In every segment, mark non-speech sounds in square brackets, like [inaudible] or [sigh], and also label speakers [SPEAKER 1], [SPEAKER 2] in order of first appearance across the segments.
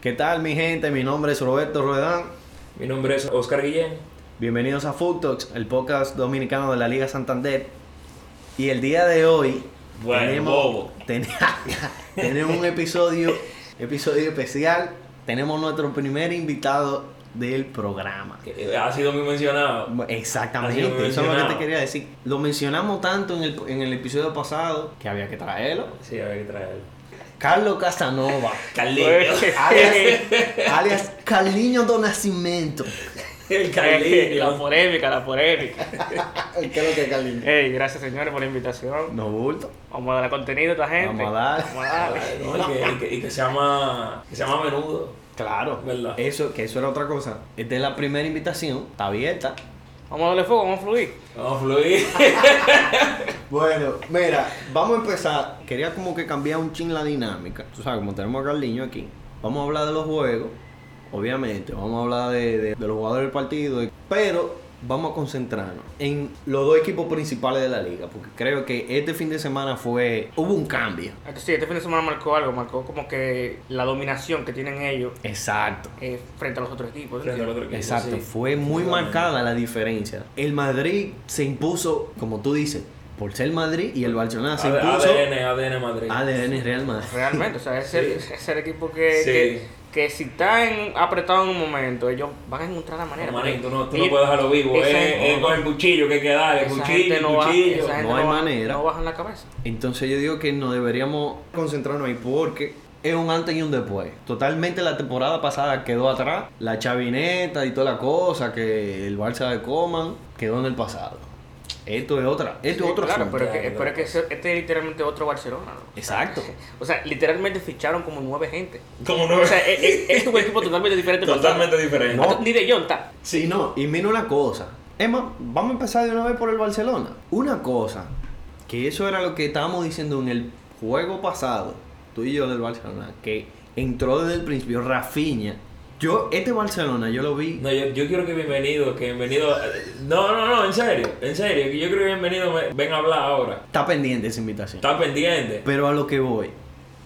[SPEAKER 1] ¿Qué tal mi gente? Mi nombre es Roberto Ruedán.
[SPEAKER 2] Mi nombre es Oscar Guillén.
[SPEAKER 1] Bienvenidos a Food Talks, el podcast dominicano de la Liga Santander. Y el día de hoy
[SPEAKER 2] Bueno, bobo.
[SPEAKER 1] ten- [laughs] tenemos un episodio, episodio especial. Tenemos nuestro primer invitado del programa.
[SPEAKER 2] que Ha sido muy mencionado. Así lo
[SPEAKER 1] Exactamente, eso es lo que
[SPEAKER 2] mencionaba.
[SPEAKER 1] te quería decir. Lo mencionamos tanto en el, en el episodio pasado que había que traerlo.
[SPEAKER 2] Sí, a ver qué trae.
[SPEAKER 1] Carlos
[SPEAKER 2] [laughs]
[SPEAKER 1] Casanova.
[SPEAKER 2] Carliño.
[SPEAKER 3] Pues,
[SPEAKER 1] alias, alias Carliño do Nascimento.
[SPEAKER 2] [laughs] El
[SPEAKER 3] Eh, [laughs] La
[SPEAKER 2] Carliño.
[SPEAKER 3] polémica, la polémica.
[SPEAKER 1] ¿Qué es lo que es Carliño?
[SPEAKER 3] Ey, gracias señores por la invitación.
[SPEAKER 1] No bulto.
[SPEAKER 3] Vamos a dar contenido a esta gente.
[SPEAKER 1] Vamos a dar.
[SPEAKER 3] Vamos a darle.
[SPEAKER 2] No, y que- y que- Y que se llama. Que se llama menudo.
[SPEAKER 1] Claro.
[SPEAKER 2] ¿Verdad?
[SPEAKER 1] Eso, que eso era otra cosa. Esta es la primera invitación. Está abierta.
[SPEAKER 3] Vamos a darle fuego, vamos a fluir.
[SPEAKER 2] Vamos a fluir.
[SPEAKER 1] Bueno, mira, vamos a empezar. Quería como que cambiar un chin la dinámica. Tú sabes, como tenemos a Carliño aquí, vamos a hablar de los juegos. Obviamente, vamos a hablar de, de- de los jugadores del partido. Pero vamos a concentrarnos en los dos equipos principales de la liga. Porque creo que este fin de semana fue. Hubo un cambio.
[SPEAKER 3] Esto sí, este fin de semana marcó algo, marcó como que la dominación que tienen ellos
[SPEAKER 1] Exacto.
[SPEAKER 3] eh, frente a los otros equipos.
[SPEAKER 2] Frente al otro equipo,
[SPEAKER 1] Exacto,
[SPEAKER 2] sí.
[SPEAKER 1] fue muy
[SPEAKER 2] Efectivamente.
[SPEAKER 1] marcada la diferencia. El Madrid se impuso, como tú dices, por ser Madrid y el Barcelona se impuso
[SPEAKER 2] ADN, ADN Madrid.
[SPEAKER 1] ADN Real Madrid.
[SPEAKER 3] Realmente, o sea, es, el, es el equipo que,
[SPEAKER 2] Sí.
[SPEAKER 3] que, que si está en- apretado en un momento, ellos van a encontrar la manera.
[SPEAKER 2] Hermanito, tú no, tú
[SPEAKER 3] porque-
[SPEAKER 2] no puedes dejarlo vivo.
[SPEAKER 3] esa
[SPEAKER 2] Es
[SPEAKER 3] gente-
[SPEAKER 2] es con el cuchillo que hay que darle.
[SPEAKER 3] esa
[SPEAKER 2] Cuchillo,
[SPEAKER 3] gente no baja-
[SPEAKER 2] cuchillo.
[SPEAKER 3] esa gente
[SPEAKER 1] No hay
[SPEAKER 3] baja-
[SPEAKER 1] manera.
[SPEAKER 3] No bajan la cabeza.
[SPEAKER 1] Entonces yo digo que no deberíamos concentrarnos ahí porque es un antes y un después. Totalmente la temporada pasada quedó atrás, la chavineta y toda la cosa que el Barça de Coman quedó en el pasado. Esto es otra, esto
[SPEAKER 3] Sí,
[SPEAKER 1] es otro
[SPEAKER 3] claro,
[SPEAKER 1] asunto.
[SPEAKER 3] pero,
[SPEAKER 2] Ya,
[SPEAKER 3] que,
[SPEAKER 2] ya.
[SPEAKER 3] pero es que ese- este es literalmente otro Barcelona. ¿no?
[SPEAKER 1] Exacto.
[SPEAKER 3] O sea, literalmente ficharon como nueve gente.
[SPEAKER 2] Como no
[SPEAKER 3] O sea, eh, es, es- es un equipo totalmente diferente. al
[SPEAKER 2] Totalmente
[SPEAKER 3] pasado.
[SPEAKER 2] diferente.
[SPEAKER 1] No.
[SPEAKER 3] Ni de John está.
[SPEAKER 1] Sí, no, y mira una cosa. Emma, vamos a empezar de una vez por el Barcelona. Una cosa, que eso era lo que estábamos diciendo en el juego pasado, tú y yo del Barcelona, que entró desde el principio Rafinha. Yo, este Barcelona, yo lo vi.
[SPEAKER 2] No, yo, yo quiero que bienvenido, que bienvenido. eh, No, no, no, en serio, en serio. que Yo creo que bienvenido me- ven a hablar ahora.
[SPEAKER 1] Está pendiente esa invitación.
[SPEAKER 2] Está pendiente.
[SPEAKER 1] Pero a lo que voy,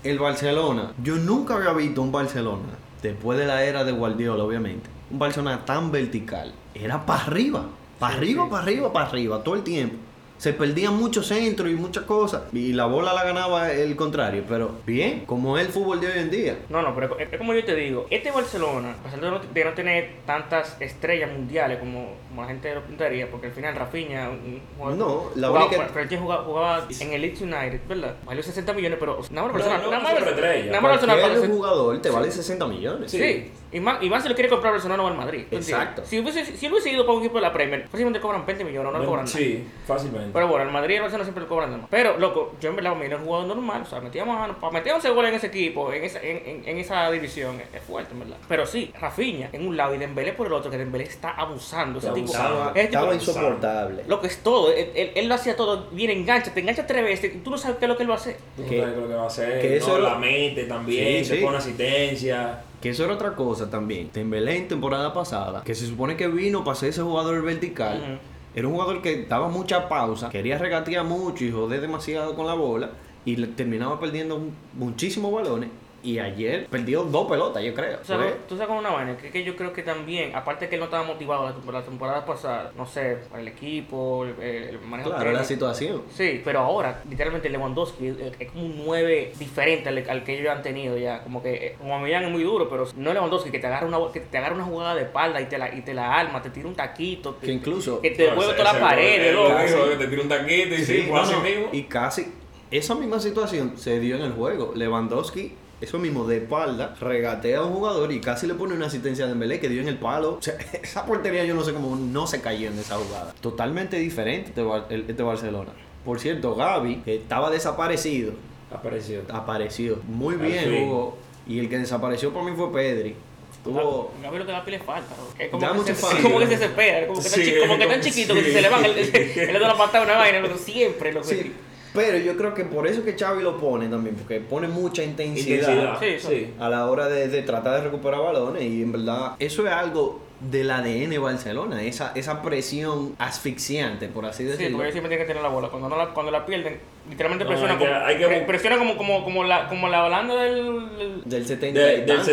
[SPEAKER 1] el Barcelona, yo nunca había visto un Barcelona, después de la era de Guardiola, obviamente, un Barcelona tan vertical. Era para arriba, para arriba, para arriba, para arriba, todo el tiempo. Se perdían muchos centros y muchas cosas. Y la bola la ganaba el contrario. Pero bien, como es el fútbol de hoy en día.
[SPEAKER 3] No, no, pero es es como yo te digo, este Barcelona, a pesar de no, de no tener tantas estrellas mundiales como, como la gente lo pintaría, porque al final Rafinha, un jugador-
[SPEAKER 1] No, la
[SPEAKER 3] jugaba,
[SPEAKER 1] única-
[SPEAKER 3] pero él jugaba, jugaba en el Leeds United, ¿verdad? Valió 60 millones, pero nada más Barcelona,
[SPEAKER 2] no,
[SPEAKER 3] nada más
[SPEAKER 2] no,
[SPEAKER 3] Barcelona,
[SPEAKER 2] estrella.
[SPEAKER 3] nada más Barcelona
[SPEAKER 1] Cualquier
[SPEAKER 3] pagó se-
[SPEAKER 1] jugador te vale 60 millones.
[SPEAKER 3] Sí. Y, más, y más se lo quiere comprar Barcelona o al Madrid. ¿tú entiendes?
[SPEAKER 1] Exacto.
[SPEAKER 3] Si hubiese, si hubiese ido para un equipo de la Premier, fácilmente cobran 20 millones, no le cobran nada.
[SPEAKER 2] sí, fácilmente.
[SPEAKER 3] Pero bueno, el Madrid y el Barcelona siempre lo cobran de más. Pero, loco, yo en verdad me un jugador normal. O sea, metíamos a, para meter 11 goles en ese equipo, en esa, en, en- en esa división, es fuerte, en verdad. Pero sí, Rafinha en un lado y Dembélé por el otro, que Dembélé está abusando. Ese
[SPEAKER 2] Está
[SPEAKER 3] tipo,
[SPEAKER 1] Estaba,
[SPEAKER 3] ese Este tipo-
[SPEAKER 1] estaba insoportable.
[SPEAKER 3] Lo que es todo, él, él- él lo hacía todo, bien engancha, te engancha tres veces, y tú no sabes qué es lo que él va a hacer.
[SPEAKER 2] Tú no
[SPEAKER 1] que-
[SPEAKER 2] sabes lo que va a hacer.
[SPEAKER 1] que eso
[SPEAKER 2] no,
[SPEAKER 1] era-
[SPEAKER 2] la mete también,
[SPEAKER 1] Sí,
[SPEAKER 2] se
[SPEAKER 1] sí.
[SPEAKER 2] pone asistencia.
[SPEAKER 1] Que eso era otra cosa también. Dembélé en temporada pasada, que se supone que vino para ser ese jugador vertical,
[SPEAKER 3] Ujú.
[SPEAKER 1] era un jugador que daba mucha pausa, quería regatear mucho y joder demasiado con la bola y le terminaba perdiendo un- muchísimos balones. Y ayer perdió dos pelotas, yo creo.
[SPEAKER 3] O sea,
[SPEAKER 1] Fue-
[SPEAKER 3] tú sabes como una vaina, que, que yo creo que también, aparte que él no estaba motivado la temporada, la temporada pasada, no sé, para el equipo, el, el manejo
[SPEAKER 1] claro,
[SPEAKER 3] técnico.
[SPEAKER 1] la situación.
[SPEAKER 3] Sí, pero ahora, literalmente Lewandowski es, es como un 9 diferente al, al que ellos han tenido ya. Como que eh, como Millán es muy duro, pero no Lewandowski, que te agarra una, que te agarra una jugada de espalda y te la, y te la arma, te tira un taquito, te-
[SPEAKER 1] Que incluso-
[SPEAKER 3] que te devuelve
[SPEAKER 2] No,
[SPEAKER 3] toda
[SPEAKER 2] ese-
[SPEAKER 3] la
[SPEAKER 2] ese
[SPEAKER 3] pared,
[SPEAKER 2] gol- el
[SPEAKER 3] loco.
[SPEAKER 2] gol que Te tira un taquito y sí, fue
[SPEAKER 1] no,
[SPEAKER 2] así
[SPEAKER 1] no,
[SPEAKER 2] mismo.
[SPEAKER 1] Y casi esa misma situación se dio en el juego. Lewandowski, eso mismo, de espalda, regatea a un jugador y casi le pone una asistencia a Dembélé que dio en el palo. O sea, [laughs] esa portería yo no sé cómo no se cayó en esa jugada. Totalmente diferente este, Bar- el- este Barcelona. Por cierto, Gaby, que estaba desaparecido,
[SPEAKER 2] Apareció.
[SPEAKER 1] apareció. Muy
[SPEAKER 2] Al
[SPEAKER 1] bien,
[SPEAKER 2] fin.
[SPEAKER 1] jugó. Y el que desapareció para mí fue Pedri. Estuvo...
[SPEAKER 3] Gabriel lo que da pile falta. loco. Es como,
[SPEAKER 1] Da
[SPEAKER 3] que
[SPEAKER 1] mucha
[SPEAKER 3] se,
[SPEAKER 1] falta.
[SPEAKER 3] es como que se desespera, es como que,
[SPEAKER 2] Sí,
[SPEAKER 3] tan, chi- como que tan
[SPEAKER 2] sí.
[SPEAKER 3] chiquito que si se le van, él, él [laughs] le da la patada a una vaina, pero siempre
[SPEAKER 2] Ah,
[SPEAKER 3] lo que
[SPEAKER 1] Sí, pero yo creo que por eso que Xavi lo pone también, porque pone mucha intensidad.
[SPEAKER 2] Intensidad.
[SPEAKER 3] Sí,
[SPEAKER 2] Sí,
[SPEAKER 3] eso.
[SPEAKER 2] sí.
[SPEAKER 1] a la hora de, de tratar de recuperar balones y en verdad eso es algo del ADN Barcelona, esa, esa presión asfixiante, por así
[SPEAKER 3] Sí,
[SPEAKER 1] decirlo.
[SPEAKER 3] porque ellos siempre tienen que tener la bola. Cuando, no la, cuando la pierden, literalmente
[SPEAKER 2] No,
[SPEAKER 3] presiona
[SPEAKER 2] hay que-
[SPEAKER 3] como,
[SPEAKER 2] hay que-
[SPEAKER 3] pre- presiona como, como, como, la, como la Holanda del... del-
[SPEAKER 1] del 70
[SPEAKER 2] De-
[SPEAKER 1] y
[SPEAKER 2] del
[SPEAKER 1] tanto.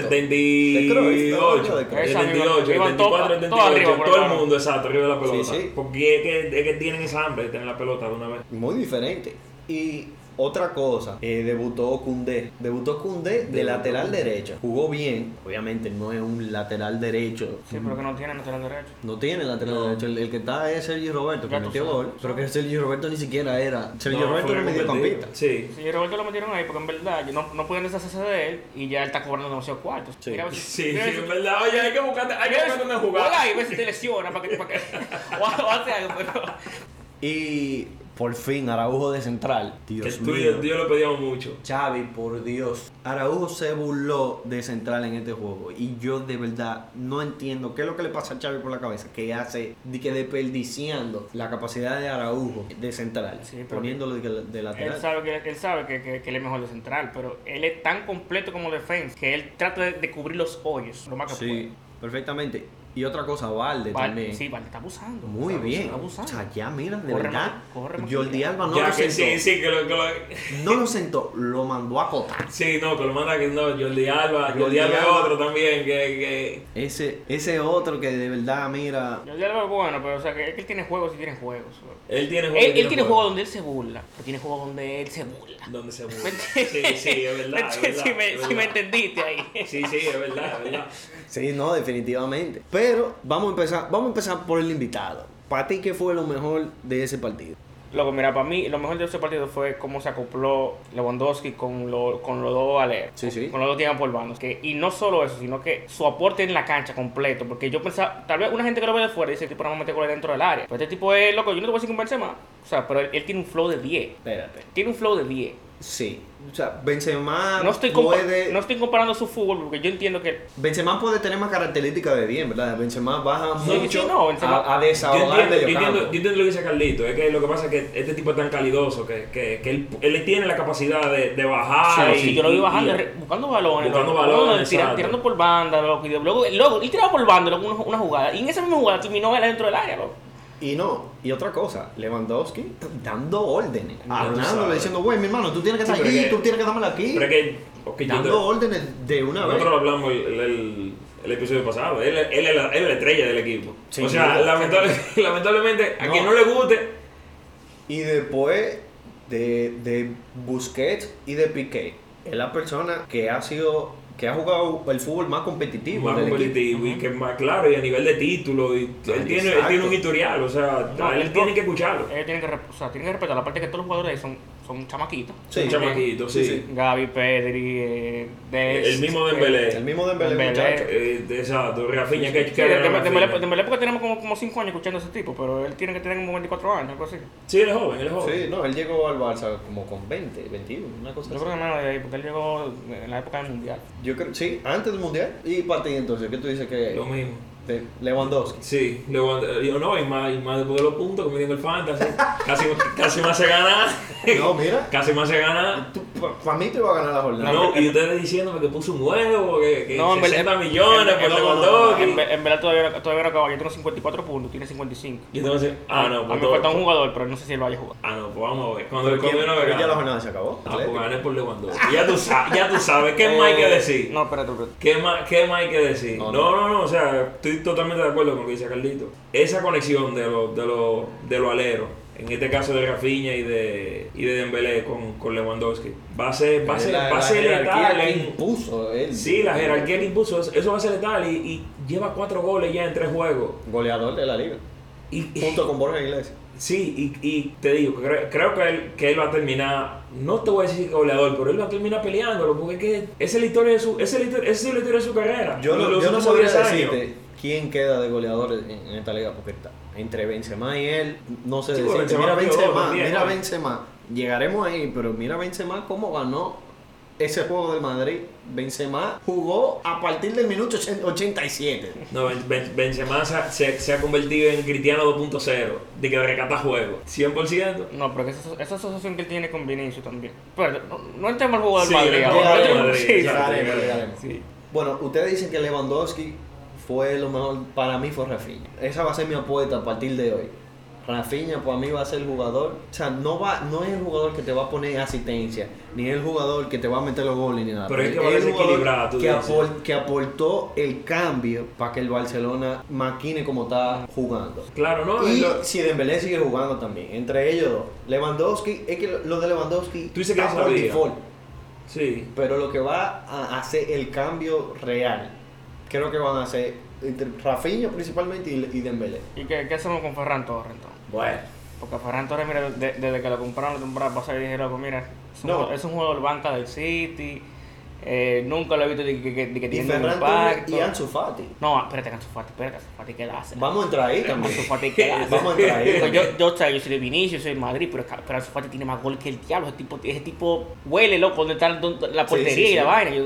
[SPEAKER 1] De Cruyff,
[SPEAKER 2] 78, del
[SPEAKER 1] de
[SPEAKER 3] Esa misma.
[SPEAKER 2] 78, del
[SPEAKER 3] Iban todo-
[SPEAKER 2] 74, del
[SPEAKER 3] todo arriba
[SPEAKER 2] 78,
[SPEAKER 3] por
[SPEAKER 2] todo
[SPEAKER 3] el
[SPEAKER 2] el
[SPEAKER 3] lado.
[SPEAKER 2] mundo exacto arriba de la pelota.
[SPEAKER 1] Sí, sí.
[SPEAKER 2] Porque es que, es que tienen esa hambre de tener la pelota de una vez.
[SPEAKER 1] Muy diferente. Y otra cosa, eh, debutó Cundé. Debutó Cundé de
[SPEAKER 2] Debutó
[SPEAKER 1] lateral
[SPEAKER 2] Koundé.
[SPEAKER 1] derecho. Jugó bien. Obviamente no es un lateral derecho.
[SPEAKER 3] Sí, pero que no tienen, no tienen derecho.
[SPEAKER 1] No tiene lateral
[SPEAKER 2] No.
[SPEAKER 1] derecho. El, el que está es Sergio Roberto, que
[SPEAKER 3] Ya tú
[SPEAKER 1] metió
[SPEAKER 3] sabes.
[SPEAKER 1] gol. Pero que Sergio Roberto ni siquiera era. Sergio
[SPEAKER 2] No,
[SPEAKER 1] Roberto
[SPEAKER 2] fue
[SPEAKER 1] era mediocampista.
[SPEAKER 2] convertido. Sí. [laughs]
[SPEAKER 3] Sí, Roberto lo metieron ahí porque en verdad no, no pueden deshacerse de él y ya él está cobrando demasiados cuartos.
[SPEAKER 1] Sí.
[SPEAKER 3] Mira, pues,
[SPEAKER 2] Sí, sí,
[SPEAKER 3] mira,
[SPEAKER 2] en verdad. Oye, hay que buscarte, hay que buscarte una jugada.
[SPEAKER 3] Hola, y ves si te lesiona para que, [laughs] para que o, o hace algo, pero
[SPEAKER 1] Y por fin Araujo de central.
[SPEAKER 2] Que
[SPEAKER 1] Dios
[SPEAKER 2] tú y yo,
[SPEAKER 1] mío.
[SPEAKER 2] yo lo pedíamos mucho.
[SPEAKER 1] Xavi, por Dios. Araujo se burló de central en este juego. Y yo de verdad no entiendo qué es lo que le pasa a Xavi por la cabeza. Que hace de que desperdiciando la capacidad de Araujo de central.
[SPEAKER 3] Sí, pero-
[SPEAKER 1] poniéndolo de, de
[SPEAKER 3] él
[SPEAKER 1] lateral.
[SPEAKER 3] sabe que él sabe que, que, que él es mejor de central, pero él es tan completo como defensa que él trata de, de cubrir los hoyos, lo más que
[SPEAKER 1] Sí, perfectamente. Y otra cosa, Valde
[SPEAKER 3] puede. Vale,
[SPEAKER 1] también.
[SPEAKER 3] sí, vale, está abusando.
[SPEAKER 1] Muy
[SPEAKER 3] está
[SPEAKER 1] bien.
[SPEAKER 3] abusando,
[SPEAKER 1] O
[SPEAKER 3] Está
[SPEAKER 1] sea,
[SPEAKER 3] abusando.
[SPEAKER 1] ya mira, de
[SPEAKER 3] Corre
[SPEAKER 1] verdad.
[SPEAKER 3] más, corre más.
[SPEAKER 1] Jordi Alba no
[SPEAKER 2] ya
[SPEAKER 1] lo
[SPEAKER 2] que
[SPEAKER 1] sentó.
[SPEAKER 2] sí, sí, que lo, que lo-
[SPEAKER 1] No lo sentó, lo mandó a cotar.
[SPEAKER 2] Sí, no, que lo manda que no, Jordi Alba, Jordi,
[SPEAKER 1] Jordi
[SPEAKER 2] Alba es
[SPEAKER 1] Alba.
[SPEAKER 2] otro también, que,
[SPEAKER 1] Ese, ese otro que de verdad, mira.
[SPEAKER 3] Yo ya lo veo bueno, pero o sea, que, es que él tiene juegos y tiene juegos.
[SPEAKER 2] que él tiene
[SPEAKER 3] Él,
[SPEAKER 2] juego.
[SPEAKER 3] él tiene juegos donde él se burla, pero tiene juegos donde él se burla.
[SPEAKER 2] donde se mueve.
[SPEAKER 3] ¿Me [laughs]
[SPEAKER 2] Sí,
[SPEAKER 3] entiendes?
[SPEAKER 2] sí, es
[SPEAKER 3] [laughs]
[SPEAKER 2] verdad. es verdad,
[SPEAKER 3] si, me,
[SPEAKER 2] es
[SPEAKER 3] si me
[SPEAKER 2] verdad.
[SPEAKER 3] entendiste ahí.
[SPEAKER 2] Sí, sí, es verdad, es verdad.
[SPEAKER 1] Sí, no, definitivamente. Pero vamos a empezar, vamos a empezar por el invitado. Para ti, ¿qué fue lo mejor de ese partido?
[SPEAKER 3] [laughs] Loco, mira, para mí lo mejor de ese partido fue cómo se acopló Lewandowski con, lo- con los dos aleros.
[SPEAKER 1] Sí, sí.
[SPEAKER 3] Con los dos tiempos por bando. Que, y no solo eso, sino que su aporte en la cancha completo. Porque yo pensaba, tal vez una gente que lo ve de fuera dice, "Este tipo, no me mete goles dentro del área. Pero este tipo es, loco, yo no te voy a decir que un Benzema. O sea, pero él, él tiene un flow de 10.
[SPEAKER 1] Espérate.
[SPEAKER 3] Tiene un flow de 10.
[SPEAKER 1] Sí. O sea, Benzema
[SPEAKER 3] No estoy, compa-
[SPEAKER 1] Ah, puede.
[SPEAKER 3] no estoy comparando su fútbol porque yo entiendo que
[SPEAKER 1] Benzema puede tener más características de bien, ¿verdad? Benzema baja
[SPEAKER 3] Sí, sí,
[SPEAKER 1] mucho
[SPEAKER 3] no, Benzema-
[SPEAKER 1] a, a
[SPEAKER 2] Yo
[SPEAKER 1] desahogar
[SPEAKER 2] entiendo, yo,
[SPEAKER 1] medio
[SPEAKER 2] entiendo,
[SPEAKER 1] campo.
[SPEAKER 2] yo entiendo lo que dice Carlito, es que lo que pasa es que este tipo es tan calidoso que, que, que él, él tiene la capacidad de, de bajar.
[SPEAKER 3] Sí,
[SPEAKER 2] y-
[SPEAKER 3] sí, yo lo vi
[SPEAKER 2] y-
[SPEAKER 3] bajando,
[SPEAKER 2] y-
[SPEAKER 3] re- buscando balones.
[SPEAKER 2] Buscando
[SPEAKER 3] loco.
[SPEAKER 2] balones,
[SPEAKER 3] No, tira-
[SPEAKER 2] exacto.
[SPEAKER 3] tirando por banda, loco. Y de- luego, luego, él tiraba por banda, loco, una, una jugada. Y en esa misma jugada terminó él dentro del área, loco.
[SPEAKER 1] Y no, y otra cosa, Lewandowski dando órdenes,
[SPEAKER 2] Ya tú
[SPEAKER 1] hablándole,
[SPEAKER 2] sabes.
[SPEAKER 1] diciendo, güey, mi hermano, tú tienes que estar
[SPEAKER 2] Sí, pero
[SPEAKER 1] aquí,
[SPEAKER 2] que-
[SPEAKER 1] tú tienes que dármela aquí.
[SPEAKER 2] Pero es que. ok, yo
[SPEAKER 1] dando
[SPEAKER 2] te-
[SPEAKER 1] órdenes de una vez.
[SPEAKER 2] Nosotros lo hablamos el, el- el- el episodio pasado. Él, él es la, él es la estrella del equipo.
[SPEAKER 1] Sí,
[SPEAKER 2] o sea,
[SPEAKER 1] sí.
[SPEAKER 2] lamentable- [laughs] lamentablemente, a
[SPEAKER 1] No.
[SPEAKER 2] quien no le guste,
[SPEAKER 1] Y después de, de Busquets y de Piqué, es la persona que ha sido, que ha jugado el fútbol más competitivo.
[SPEAKER 2] más
[SPEAKER 1] del equipo.
[SPEAKER 2] competitivo y que más claro, y a nivel de título, y él, tiene, él
[SPEAKER 1] exacto.
[SPEAKER 2] tiene un historial, o sea,
[SPEAKER 3] No,
[SPEAKER 2] a él
[SPEAKER 3] él-
[SPEAKER 2] tiene que escucharlo.
[SPEAKER 3] Ellos tienen que, re- o sea, tienen que respetar. Aparte que todos los jugadores ahí son, son chamaquitos.
[SPEAKER 1] Sí,
[SPEAKER 2] un chamaquito, sí.
[SPEAKER 1] sí,
[SPEAKER 3] Gaby, Pedri, eh, Dest,
[SPEAKER 2] El mismo
[SPEAKER 3] eh,
[SPEAKER 2] Dembélé.
[SPEAKER 1] El mismo Dembélé,
[SPEAKER 3] Dembélé.
[SPEAKER 1] muchacho.
[SPEAKER 2] Eh, exacto, Rafinha, que,
[SPEAKER 3] Sí,
[SPEAKER 2] que
[SPEAKER 3] de-
[SPEAKER 2] era
[SPEAKER 3] de- de-
[SPEAKER 2] Rafinha.
[SPEAKER 3] Dembélé Dembélé porque tenemos como, como 5 años escuchando a ese tipo, pero él tiene que tener como 24 años, algo así.
[SPEAKER 2] Sí, él es joven, él es joven.
[SPEAKER 1] Sí, no, él llegó al Barça como con 20, 21, una cosa
[SPEAKER 3] Yo
[SPEAKER 1] así.
[SPEAKER 3] creo que menos de ahí, porque él llegó en la época del Mundial.
[SPEAKER 1] Yo creo, sí, antes del Mundial. Y para ti entonces, ¿qué tú dices que
[SPEAKER 2] Lo mismo.
[SPEAKER 1] de Lewandowski?
[SPEAKER 2] Sí, luego, yo no, y más, y más después de los puntos, como tiene
[SPEAKER 1] [laughs]
[SPEAKER 2] el fantasy, casi, casi más se gana,
[SPEAKER 1] No, mira,
[SPEAKER 2] casi más se gana.
[SPEAKER 1] para mí te va a ganar la jornada.
[SPEAKER 2] No, y ustedes diciéndome que puso un huevo, que, que
[SPEAKER 3] eh, No, en verdad-
[SPEAKER 2] 60 millones
[SPEAKER 3] en-
[SPEAKER 2] por
[SPEAKER 3] en-
[SPEAKER 2] Lewandowski.
[SPEAKER 3] En, en verdad todavía, no- todavía no acabo. Yo tengo 54 puntos, tiene 55.
[SPEAKER 2] Y entonces, ah, no,
[SPEAKER 3] A mí
[SPEAKER 2] pues
[SPEAKER 3] me falta
[SPEAKER 2] todo-
[SPEAKER 3] un jugador, pero no sé si él lo haya jugado.
[SPEAKER 2] Ah, no, pues vamos a ver. Cuando
[SPEAKER 1] Pero
[SPEAKER 2] el comienzo no
[SPEAKER 1] ¿quién- pero ya la
[SPEAKER 2] gana.
[SPEAKER 1] jornada se acabó.
[SPEAKER 2] Ah, pues
[SPEAKER 1] Atlético.
[SPEAKER 2] gané por Lewandowski. Ya tú, sabes, ya tú sabes,
[SPEAKER 3] [laughs]
[SPEAKER 2] ¿qué más hay que
[SPEAKER 3] Eh,
[SPEAKER 2] decir?
[SPEAKER 3] No, espérate, espérate.
[SPEAKER 2] ¿Qué más, ¿Qué más hay que decir?
[SPEAKER 1] No,
[SPEAKER 2] No,
[SPEAKER 1] no.
[SPEAKER 2] no, no, o sea, estoy totalmente de acuerdo con lo que dice Carlito. Esa conexión de los de los de los aleros, en este caso de Rafinha y de, y de Dembélé con, con Lewandowski, va a ser, va a ser,
[SPEAKER 1] La-
[SPEAKER 2] va a
[SPEAKER 1] la
[SPEAKER 2] ser
[SPEAKER 1] jerarquía
[SPEAKER 2] letal.
[SPEAKER 1] que
[SPEAKER 2] en-
[SPEAKER 1] impuso él.
[SPEAKER 2] sí, la jerarquía que impuso, eso- eso va a ser letal y, y lleva cuatro goles ya en tres juegos.
[SPEAKER 1] Goleador de la liga.
[SPEAKER 2] Y, y-
[SPEAKER 1] Junto con Borja Iglesias.
[SPEAKER 2] Sí, y, y te digo, cre- creo que él, que él va a terminar, no te voy a decir que goleador, pero él va a terminar peleándolo, porque es que esa es la historia de su, esa es la historia, esa es la historia de su carrera.
[SPEAKER 1] Yo no,
[SPEAKER 2] Los
[SPEAKER 1] yo no
[SPEAKER 2] últimos
[SPEAKER 1] sabría
[SPEAKER 2] 10 años.
[SPEAKER 1] decirte quién queda de goleador en, en esta liga, porque está entre Benzema y él, no sé
[SPEAKER 2] Sí,
[SPEAKER 1] decirte.
[SPEAKER 2] Benzema
[SPEAKER 1] mira
[SPEAKER 2] quedó
[SPEAKER 1] Benzema,
[SPEAKER 2] también,
[SPEAKER 1] mira
[SPEAKER 2] ¿no?
[SPEAKER 1] Benzema. Llegaremos ahí, pero mira Benzema cómo ganó ese juego del Madrid. Benzema jugó a partir del minuto 80 87.
[SPEAKER 2] No, Ben- Ben- Benzema se, ha- se- se ha convertido en Cristiano 2.0, de que recata juego, 100%.
[SPEAKER 3] No, pero que esa, esa asociación que él tiene con Vinicius también. Pero no, no entremos al juego del
[SPEAKER 2] Sí,
[SPEAKER 3] Madrid.
[SPEAKER 2] el
[SPEAKER 3] ahora.
[SPEAKER 2] juego del
[SPEAKER 3] Sí,
[SPEAKER 2] Madrid,
[SPEAKER 3] sí,
[SPEAKER 2] exacto.
[SPEAKER 1] Llegaremos, llegaremos.
[SPEAKER 3] sí.
[SPEAKER 1] Bueno, ustedes dicen que Lewandowski fue lo mejor para mí fue Rafinha. Esa va a ser mi apuesta a partir de hoy. Rafinha para mí va a ser el jugador, o sea, no va no es el jugador que te va a poner asistencia, ni es el jugador que te va a meter los goles ni nada.
[SPEAKER 2] Pero es que va a
[SPEAKER 1] el
[SPEAKER 2] desequilibrar, tú
[SPEAKER 1] que,
[SPEAKER 2] dices.
[SPEAKER 1] apor- que aportó el cambio para que el Barcelona maquine como está jugando.
[SPEAKER 2] Claro, no.
[SPEAKER 1] Y
[SPEAKER 2] Lo-
[SPEAKER 1] si Dembélé sigue jugando también, entre ellos dos, Lewandowski, es que lo de Lewandowski
[SPEAKER 2] Tú dices que
[SPEAKER 1] está
[SPEAKER 2] no
[SPEAKER 1] por
[SPEAKER 2] sabía.
[SPEAKER 1] default,
[SPEAKER 2] Sí.
[SPEAKER 1] pero lo que va a hacer el cambio real, creo que van a hacer entre Rafinha principalmente y, y Dembélé.
[SPEAKER 3] ¿Y qué, qué hacemos con Ferran Torres entonces?
[SPEAKER 1] Bueno,
[SPEAKER 3] Porque Ferran Torres, mira, de- desde que lo compraron, lo compraron, pasó y dije, loco, mira, es un,
[SPEAKER 1] No.
[SPEAKER 3] jugador, es un jugador banca del City, eh, nunca lo he visto de que, que, de que
[SPEAKER 1] y
[SPEAKER 3] tiene ningún
[SPEAKER 1] Ferran Torres
[SPEAKER 3] impacto.
[SPEAKER 1] y Ansu Fati.
[SPEAKER 3] No, espérate, Ansu Fati, espérate, Ansu Fati, ¿qué le hace?
[SPEAKER 1] Vamos a entrar ahí también.
[SPEAKER 3] Ansu Fati, ¿qué le hace?
[SPEAKER 1] Vamos a entrar ahí.
[SPEAKER 3] Digo,
[SPEAKER 1] también.
[SPEAKER 3] Pues yo, yo, o sea, yo soy de Vinicius, soy de Madrid, pero, ca- pero Ansu Fati tiene más gol que el diablo. Ese tipo, ese tipo huele, loco, donde está donde- la
[SPEAKER 1] Sí,
[SPEAKER 3] portería
[SPEAKER 1] sí,
[SPEAKER 3] y la
[SPEAKER 1] sí.
[SPEAKER 3] vaina. Yo,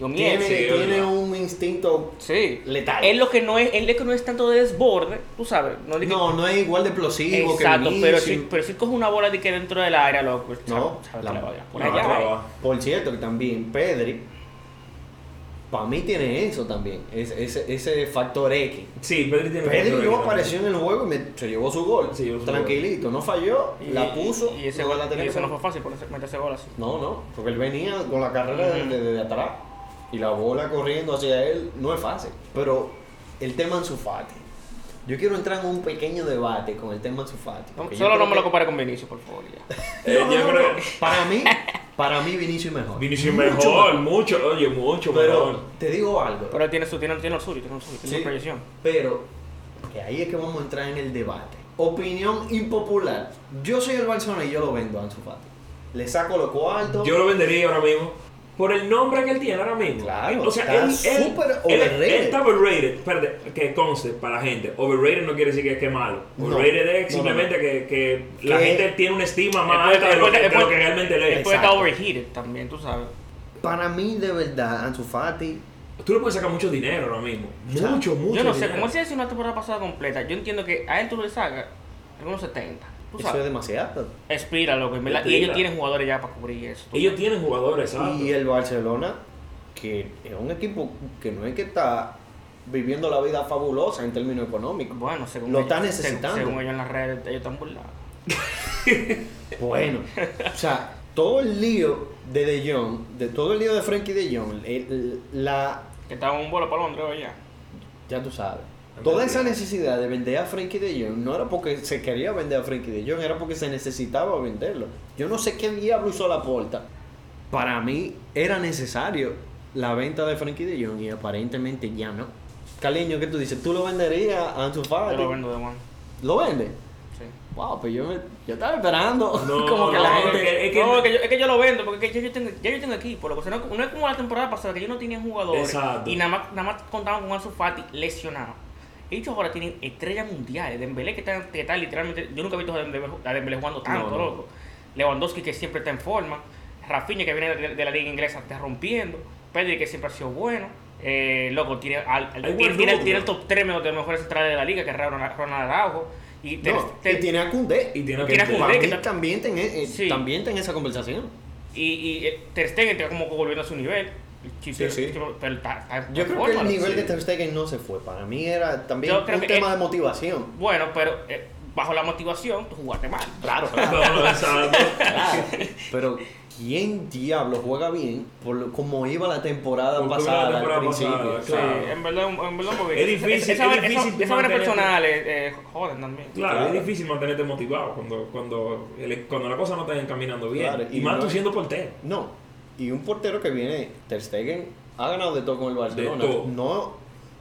[SPEAKER 3] yo mierda.
[SPEAKER 1] tiene
[SPEAKER 2] sí,
[SPEAKER 1] tiene
[SPEAKER 2] verdad.
[SPEAKER 1] un instinto.
[SPEAKER 3] Sí.
[SPEAKER 1] Letal.
[SPEAKER 3] Él lo que no es, él es que no es tanto de desborde, tú sabes. No, es de que-
[SPEAKER 1] No, no es igual de explosivo
[SPEAKER 3] Exacto,
[SPEAKER 1] que
[SPEAKER 3] pero
[SPEAKER 1] Vinicius.
[SPEAKER 3] si, pero si coge una bola de que dentro del área, loco,
[SPEAKER 1] No,
[SPEAKER 3] sabes,
[SPEAKER 1] la-
[SPEAKER 3] te la voy a
[SPEAKER 2] No,
[SPEAKER 3] poner ¿eh? allá,
[SPEAKER 2] traba.
[SPEAKER 1] Por cierto, que también Pedri, para mí tiene eso también, ese, ese, ese factor X.
[SPEAKER 2] Sí, Pedri tiene
[SPEAKER 1] Pedri
[SPEAKER 2] Pedri
[SPEAKER 1] no apareció en el juego y me- se llevó su gol.
[SPEAKER 2] Se llevó su
[SPEAKER 1] Tranquilito, no falló,
[SPEAKER 3] y-
[SPEAKER 1] la puso.
[SPEAKER 3] Y, ese
[SPEAKER 1] no
[SPEAKER 3] gol,
[SPEAKER 1] la tenía
[SPEAKER 3] y eso
[SPEAKER 1] que-
[SPEAKER 3] no fue fácil, por eso meter ese gol así.
[SPEAKER 1] No, no, porque él venía con la carrera
[SPEAKER 3] Ujú.
[SPEAKER 1] desde de atrás y la bola corriendo hacia él no es fácil. Pero el tema en Fati. Yo quiero entrar en un pequeño debate con el tema en Fati.
[SPEAKER 3] No,
[SPEAKER 1] porque yo
[SPEAKER 3] solo
[SPEAKER 1] creo
[SPEAKER 3] no me lo
[SPEAKER 1] que-
[SPEAKER 3] compare con Vinicius, por favor. ya.
[SPEAKER 2] Eh,
[SPEAKER 1] No,
[SPEAKER 2] yo
[SPEAKER 1] no,
[SPEAKER 2] creo
[SPEAKER 1] no. Para
[SPEAKER 3] [laughs]
[SPEAKER 1] mí, para mí Vinicius es mejor.
[SPEAKER 2] Vinicius
[SPEAKER 1] Mucho
[SPEAKER 2] mejor, mucho, oye, mucho
[SPEAKER 1] Pero
[SPEAKER 2] mejor.
[SPEAKER 1] te digo algo.
[SPEAKER 3] Pero tiene su, tiene, tiene el suyo, tiene el suyo, tiene
[SPEAKER 1] Sí,
[SPEAKER 3] su proyección.
[SPEAKER 1] Pero que ahí es que vamos a entrar en el debate. Opinión impopular. Yo soy el Barcelona y yo lo vendo a Ansu Fati. Le saco los cuartos.
[SPEAKER 2] Yo lo vendería ahora mismo. Por el nombre que él tiene ahora mismo.
[SPEAKER 1] Claro,
[SPEAKER 2] o sea,
[SPEAKER 1] está
[SPEAKER 2] él, él-
[SPEAKER 1] súper
[SPEAKER 2] él-
[SPEAKER 1] overrated.
[SPEAKER 2] él está overrated. Espérate, que conste para la gente. Overrated no quiere decir que es que es malo.
[SPEAKER 1] No.
[SPEAKER 2] Overrated
[SPEAKER 1] No,
[SPEAKER 2] es simplemente
[SPEAKER 1] no,
[SPEAKER 2] Que, que la
[SPEAKER 1] Que-
[SPEAKER 2] gente tiene una estima más
[SPEAKER 3] Después-
[SPEAKER 2] alta de lo, que,
[SPEAKER 3] después-
[SPEAKER 2] de lo que
[SPEAKER 3] después-
[SPEAKER 2] realmente le
[SPEAKER 3] Él
[SPEAKER 2] es.
[SPEAKER 3] puede estar
[SPEAKER 1] Exacto.
[SPEAKER 3] overheated también, tú sabes.
[SPEAKER 1] Para mí, de verdad, Ansu Fati.
[SPEAKER 2] Tú le puedes sacar mucho dinero ahora mismo.
[SPEAKER 1] Claro.
[SPEAKER 2] Mucho, mucho.
[SPEAKER 3] yo no sé,
[SPEAKER 2] dinero.
[SPEAKER 3] como él se hizo una temporada pasada completa, yo entiendo que a él tú le sacas algunos 70. Tú
[SPEAKER 1] Eso es
[SPEAKER 3] sabes.
[SPEAKER 1] demasiado.
[SPEAKER 3] Expira, loco, en verdad. Y
[SPEAKER 2] Expira.
[SPEAKER 3] ellos tienen jugadores ya para cubrir eso. tú
[SPEAKER 2] Ellos tienen jugadores, ¿sabes?
[SPEAKER 1] Y el Barcelona, que es un equipo que no es que está viviendo la vida fabulosa en términos económicos.
[SPEAKER 3] Bueno, según
[SPEAKER 1] Lo están
[SPEAKER 3] ellos- seg-
[SPEAKER 1] necesitando.
[SPEAKER 3] Según ellos en las redes, ellos están burlados.
[SPEAKER 1] Bueno, [laughs] o sea, todo el lío de De Jong, de todo el lío de Frankie De Jong, el- la
[SPEAKER 3] Que estaban un bolo para Londres hoy ya.
[SPEAKER 1] Ya tú sabes.
[SPEAKER 2] Anda
[SPEAKER 1] Toda
[SPEAKER 2] bien.
[SPEAKER 1] esa necesidad de vender a Frankie de Jong no era porque se quería vender a Frankie de Jong, era porque se necesitaba venderlo. Yo no sé qué diablo hizo la puerta. Para mí era necesario la venta de Frankie de Jong y aparentemente ya no. Caleño, ¿qué tú dices? ¿Tú lo venderías a Ansu
[SPEAKER 3] Yo
[SPEAKER 1] Fati?
[SPEAKER 3] lo vendo de Juan.
[SPEAKER 1] ¿Lo vende?
[SPEAKER 3] Sí.
[SPEAKER 1] Wow, pues yo, me- yo estaba esperando.
[SPEAKER 2] No,
[SPEAKER 1] [laughs] Como que la
[SPEAKER 2] no,
[SPEAKER 1] gente...
[SPEAKER 2] es que- es que-
[SPEAKER 3] no, es que yo, es que yo lo vendo porque es que yo, yo tengo, ya yo tengo equipo. Loco. O sea, no, no es como la temporada pasada que yo no tenía jugadores
[SPEAKER 2] Exacto.
[SPEAKER 3] y nada más, nada más contaban con Ansu Fati lesionado. Ellos ahora tienen estrellas mundiales. Dembélé que está, que está literalmente... Yo nunca he visto a Dembélé, a Dembélé jugando
[SPEAKER 1] No,
[SPEAKER 3] tanto,
[SPEAKER 1] no.
[SPEAKER 3] loco. Lewandowski que siempre está en forma. Rafinha que viene de, de la liga inglesa está rompiendo. Pedri que siempre ha sido bueno. Eh, loco, tiene, al, al-
[SPEAKER 2] Hay buen
[SPEAKER 3] tiene, tiene-
[SPEAKER 2] núcleo.
[SPEAKER 3] tiene el top 3 de los mejores centrales de la liga, que es Ronald, Ronald Araujo. Y, Ter-
[SPEAKER 1] No,
[SPEAKER 3] Ter-
[SPEAKER 1] y tiene a Koundé.
[SPEAKER 2] Y tiene
[SPEAKER 3] Tiene a
[SPEAKER 2] que
[SPEAKER 3] Koundé.
[SPEAKER 1] Para
[SPEAKER 3] que
[SPEAKER 1] mí
[SPEAKER 3] está-
[SPEAKER 1] también ten, eh,
[SPEAKER 3] Sí.
[SPEAKER 1] también ten esa conversación.
[SPEAKER 3] Y, y eh, Ter Stegen está como volviendo a su nivel. Sí,
[SPEAKER 1] Sí, sí.
[SPEAKER 3] Pero pero está, está en
[SPEAKER 1] Yo creo que
[SPEAKER 3] forma,
[SPEAKER 1] el
[SPEAKER 3] ¿no?
[SPEAKER 1] nivel
[SPEAKER 3] Sí.
[SPEAKER 1] de Ter Stegen no se fue. Para mí era también
[SPEAKER 3] Yo creo
[SPEAKER 1] un
[SPEAKER 3] que
[SPEAKER 1] tema
[SPEAKER 3] él-
[SPEAKER 1] de motivación.
[SPEAKER 3] Bueno, pero eh, bajo la motivación, tú jugaste mal.
[SPEAKER 1] Claro,
[SPEAKER 2] No, exacto.
[SPEAKER 1] [laughs] claro. Pero ¿quién diablo juega bien por lo- como iba la temporada
[SPEAKER 2] Como iba la
[SPEAKER 1] pasada
[SPEAKER 2] temporada
[SPEAKER 1] al principio?
[SPEAKER 2] pasada,
[SPEAKER 3] [laughs] Sí,
[SPEAKER 2] Claro.
[SPEAKER 3] en verdad, en verdad, porque
[SPEAKER 2] Es difícil,
[SPEAKER 3] esa-
[SPEAKER 2] es
[SPEAKER 3] esa-
[SPEAKER 2] difícil
[SPEAKER 3] Esas vainas
[SPEAKER 2] mantener-
[SPEAKER 3] personales eh, joden también.
[SPEAKER 2] Claro,
[SPEAKER 1] Claro.
[SPEAKER 2] es difícil mantenerte motivado cuando, cuando, el- cuando la cosa no está encaminando bien.
[SPEAKER 1] Claro,
[SPEAKER 2] y,
[SPEAKER 1] y
[SPEAKER 2] más
[SPEAKER 1] no-
[SPEAKER 2] tú siendo portero.
[SPEAKER 1] No. Y un portero que viene, Ter Stegen, ha ganado de todo con el Barcelona.
[SPEAKER 2] todo.
[SPEAKER 1] No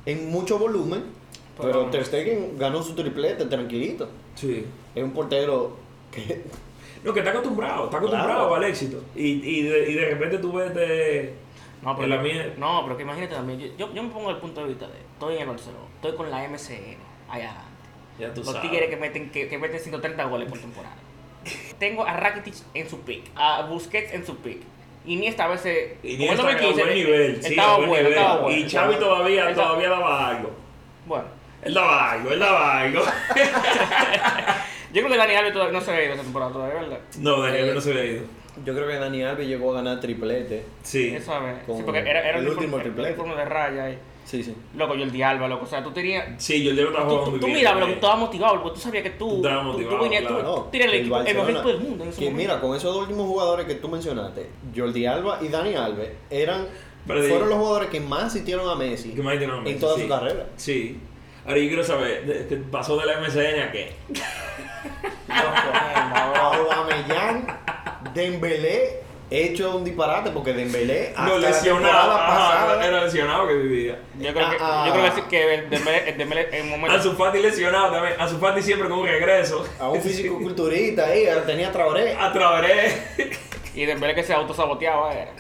[SPEAKER 1] en mucho volumen,
[SPEAKER 3] Pero
[SPEAKER 1] pero
[SPEAKER 3] vamos.
[SPEAKER 1] Ter Stegen ganó su triplete tranquilito.
[SPEAKER 2] Sí.
[SPEAKER 1] Es un portero que [laughs]
[SPEAKER 2] No, que está acostumbrado, está acostumbrado
[SPEAKER 1] Claro.
[SPEAKER 2] al éxito. Y, y, de, y de repente tú ves de...
[SPEAKER 3] No, pues, pero,
[SPEAKER 2] en la mía-
[SPEAKER 3] no, pero que imagínate también. yo- Yo, yo me pongo el punto de vista de: estoy en el Barcelona, estoy con la MCN allá adelante.
[SPEAKER 2] Ya tú
[SPEAKER 3] Los
[SPEAKER 2] sabes.
[SPEAKER 3] tigres que meten, que, que meten 130 goles por temporada. Tengo a Rakitic en su pick, a Busquets en su pick. Iniesta a veces.
[SPEAKER 2] Y
[SPEAKER 3] como en
[SPEAKER 2] Iniesta a buen
[SPEAKER 3] 2015,
[SPEAKER 2] nivel. sí, a
[SPEAKER 3] Estaba
[SPEAKER 2] buen
[SPEAKER 3] bueno,
[SPEAKER 2] nivel.
[SPEAKER 3] estaba bueno.
[SPEAKER 2] Y Xavi todavía,
[SPEAKER 3] Él da-
[SPEAKER 2] todavía daba algo.
[SPEAKER 3] Bueno,
[SPEAKER 2] Él daba algo, él
[SPEAKER 1] [laughs]
[SPEAKER 2] daba algo.
[SPEAKER 3] yo creo que Dani Alves todavía no se ve esta temporada todavía, ¿verdad?
[SPEAKER 2] no, Daniel no se había ido.
[SPEAKER 1] yo creo que Dani Alves llegó a ganar triplete.
[SPEAKER 2] Sí.
[SPEAKER 3] Eso a ver. Sí,
[SPEAKER 1] Con
[SPEAKER 3] porque era, era
[SPEAKER 1] el
[SPEAKER 3] uniforme-
[SPEAKER 1] último
[SPEAKER 3] era
[SPEAKER 1] triplete.
[SPEAKER 3] uniforme de raya. y-
[SPEAKER 4] Sí, sí.
[SPEAKER 3] Loco, yo el diablo, loco. O sea, tú tenías.
[SPEAKER 2] Sí, yo el diablo estaba
[SPEAKER 3] Tú,
[SPEAKER 2] jugando
[SPEAKER 3] tú,
[SPEAKER 2] muy
[SPEAKER 3] tú
[SPEAKER 2] bien
[SPEAKER 3] mirabas, loco, tú
[SPEAKER 2] también.
[SPEAKER 3] estabas motivado, porque tú sabías que tú.
[SPEAKER 2] Tú estabas
[SPEAKER 3] tú-
[SPEAKER 2] motivado,
[SPEAKER 3] tú venías, tú-
[SPEAKER 2] claro.
[SPEAKER 3] tú tenías el, equipo, el mejor
[SPEAKER 1] Barcelona,
[SPEAKER 3] equipo del mundo en ese
[SPEAKER 1] que
[SPEAKER 3] momento.
[SPEAKER 1] mira, con esos dos últimos jugadores que tú mencionaste, Jordi Alba y Dani Alves, eran,
[SPEAKER 2] Pero
[SPEAKER 1] fueron
[SPEAKER 2] digo-
[SPEAKER 1] los jugadores que más asistieron a Messi
[SPEAKER 2] Que más hicieron a Messi,
[SPEAKER 1] en toda
[SPEAKER 2] sí.
[SPEAKER 1] su carrera.
[SPEAKER 2] Sí. Ahora yo quiero saber, de- de- ¿pasó de la MSN a qué?
[SPEAKER 1] Aubameyang,
[SPEAKER 2] [laughs]
[SPEAKER 1] Dembélé, hecho un disparate porque Dembélé hasta
[SPEAKER 2] No,
[SPEAKER 1] la
[SPEAKER 2] lesionado.
[SPEAKER 1] temporada
[SPEAKER 2] Ajá,
[SPEAKER 1] pasada,
[SPEAKER 2] era- era lesionado que vivía.
[SPEAKER 3] Yo creo que,
[SPEAKER 1] Ah, ah.
[SPEAKER 3] yo creo que, sí que el Dembélé- el Dembélé en un momento.
[SPEAKER 2] Anzufati lesionado también. Anzufati siempre con un regreso.
[SPEAKER 1] a
[SPEAKER 2] [laughs]
[SPEAKER 1] un físico culturista ahí, tenía Traoré.
[SPEAKER 2] A Traoré.
[SPEAKER 3] Y Dembélé que se autosaboteaba era.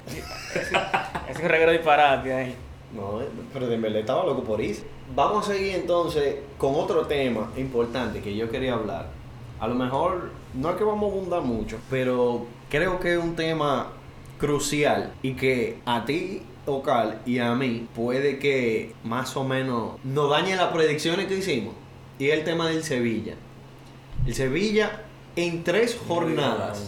[SPEAKER 3] Ese un reguero de disparate ahí.
[SPEAKER 1] No, pero Dembélé estaba loco por irse. Vamos a seguir entonces con otro tema importante que yo quería hablar. A lo mejor no es que vamos a abundar mucho, pero creo que es un tema crucial y que a ti, Ocal, y a mí puede que más o menos nos dañe las predicciones que hicimos. Y es el tema del Sevilla. El Sevilla en tres jornadas.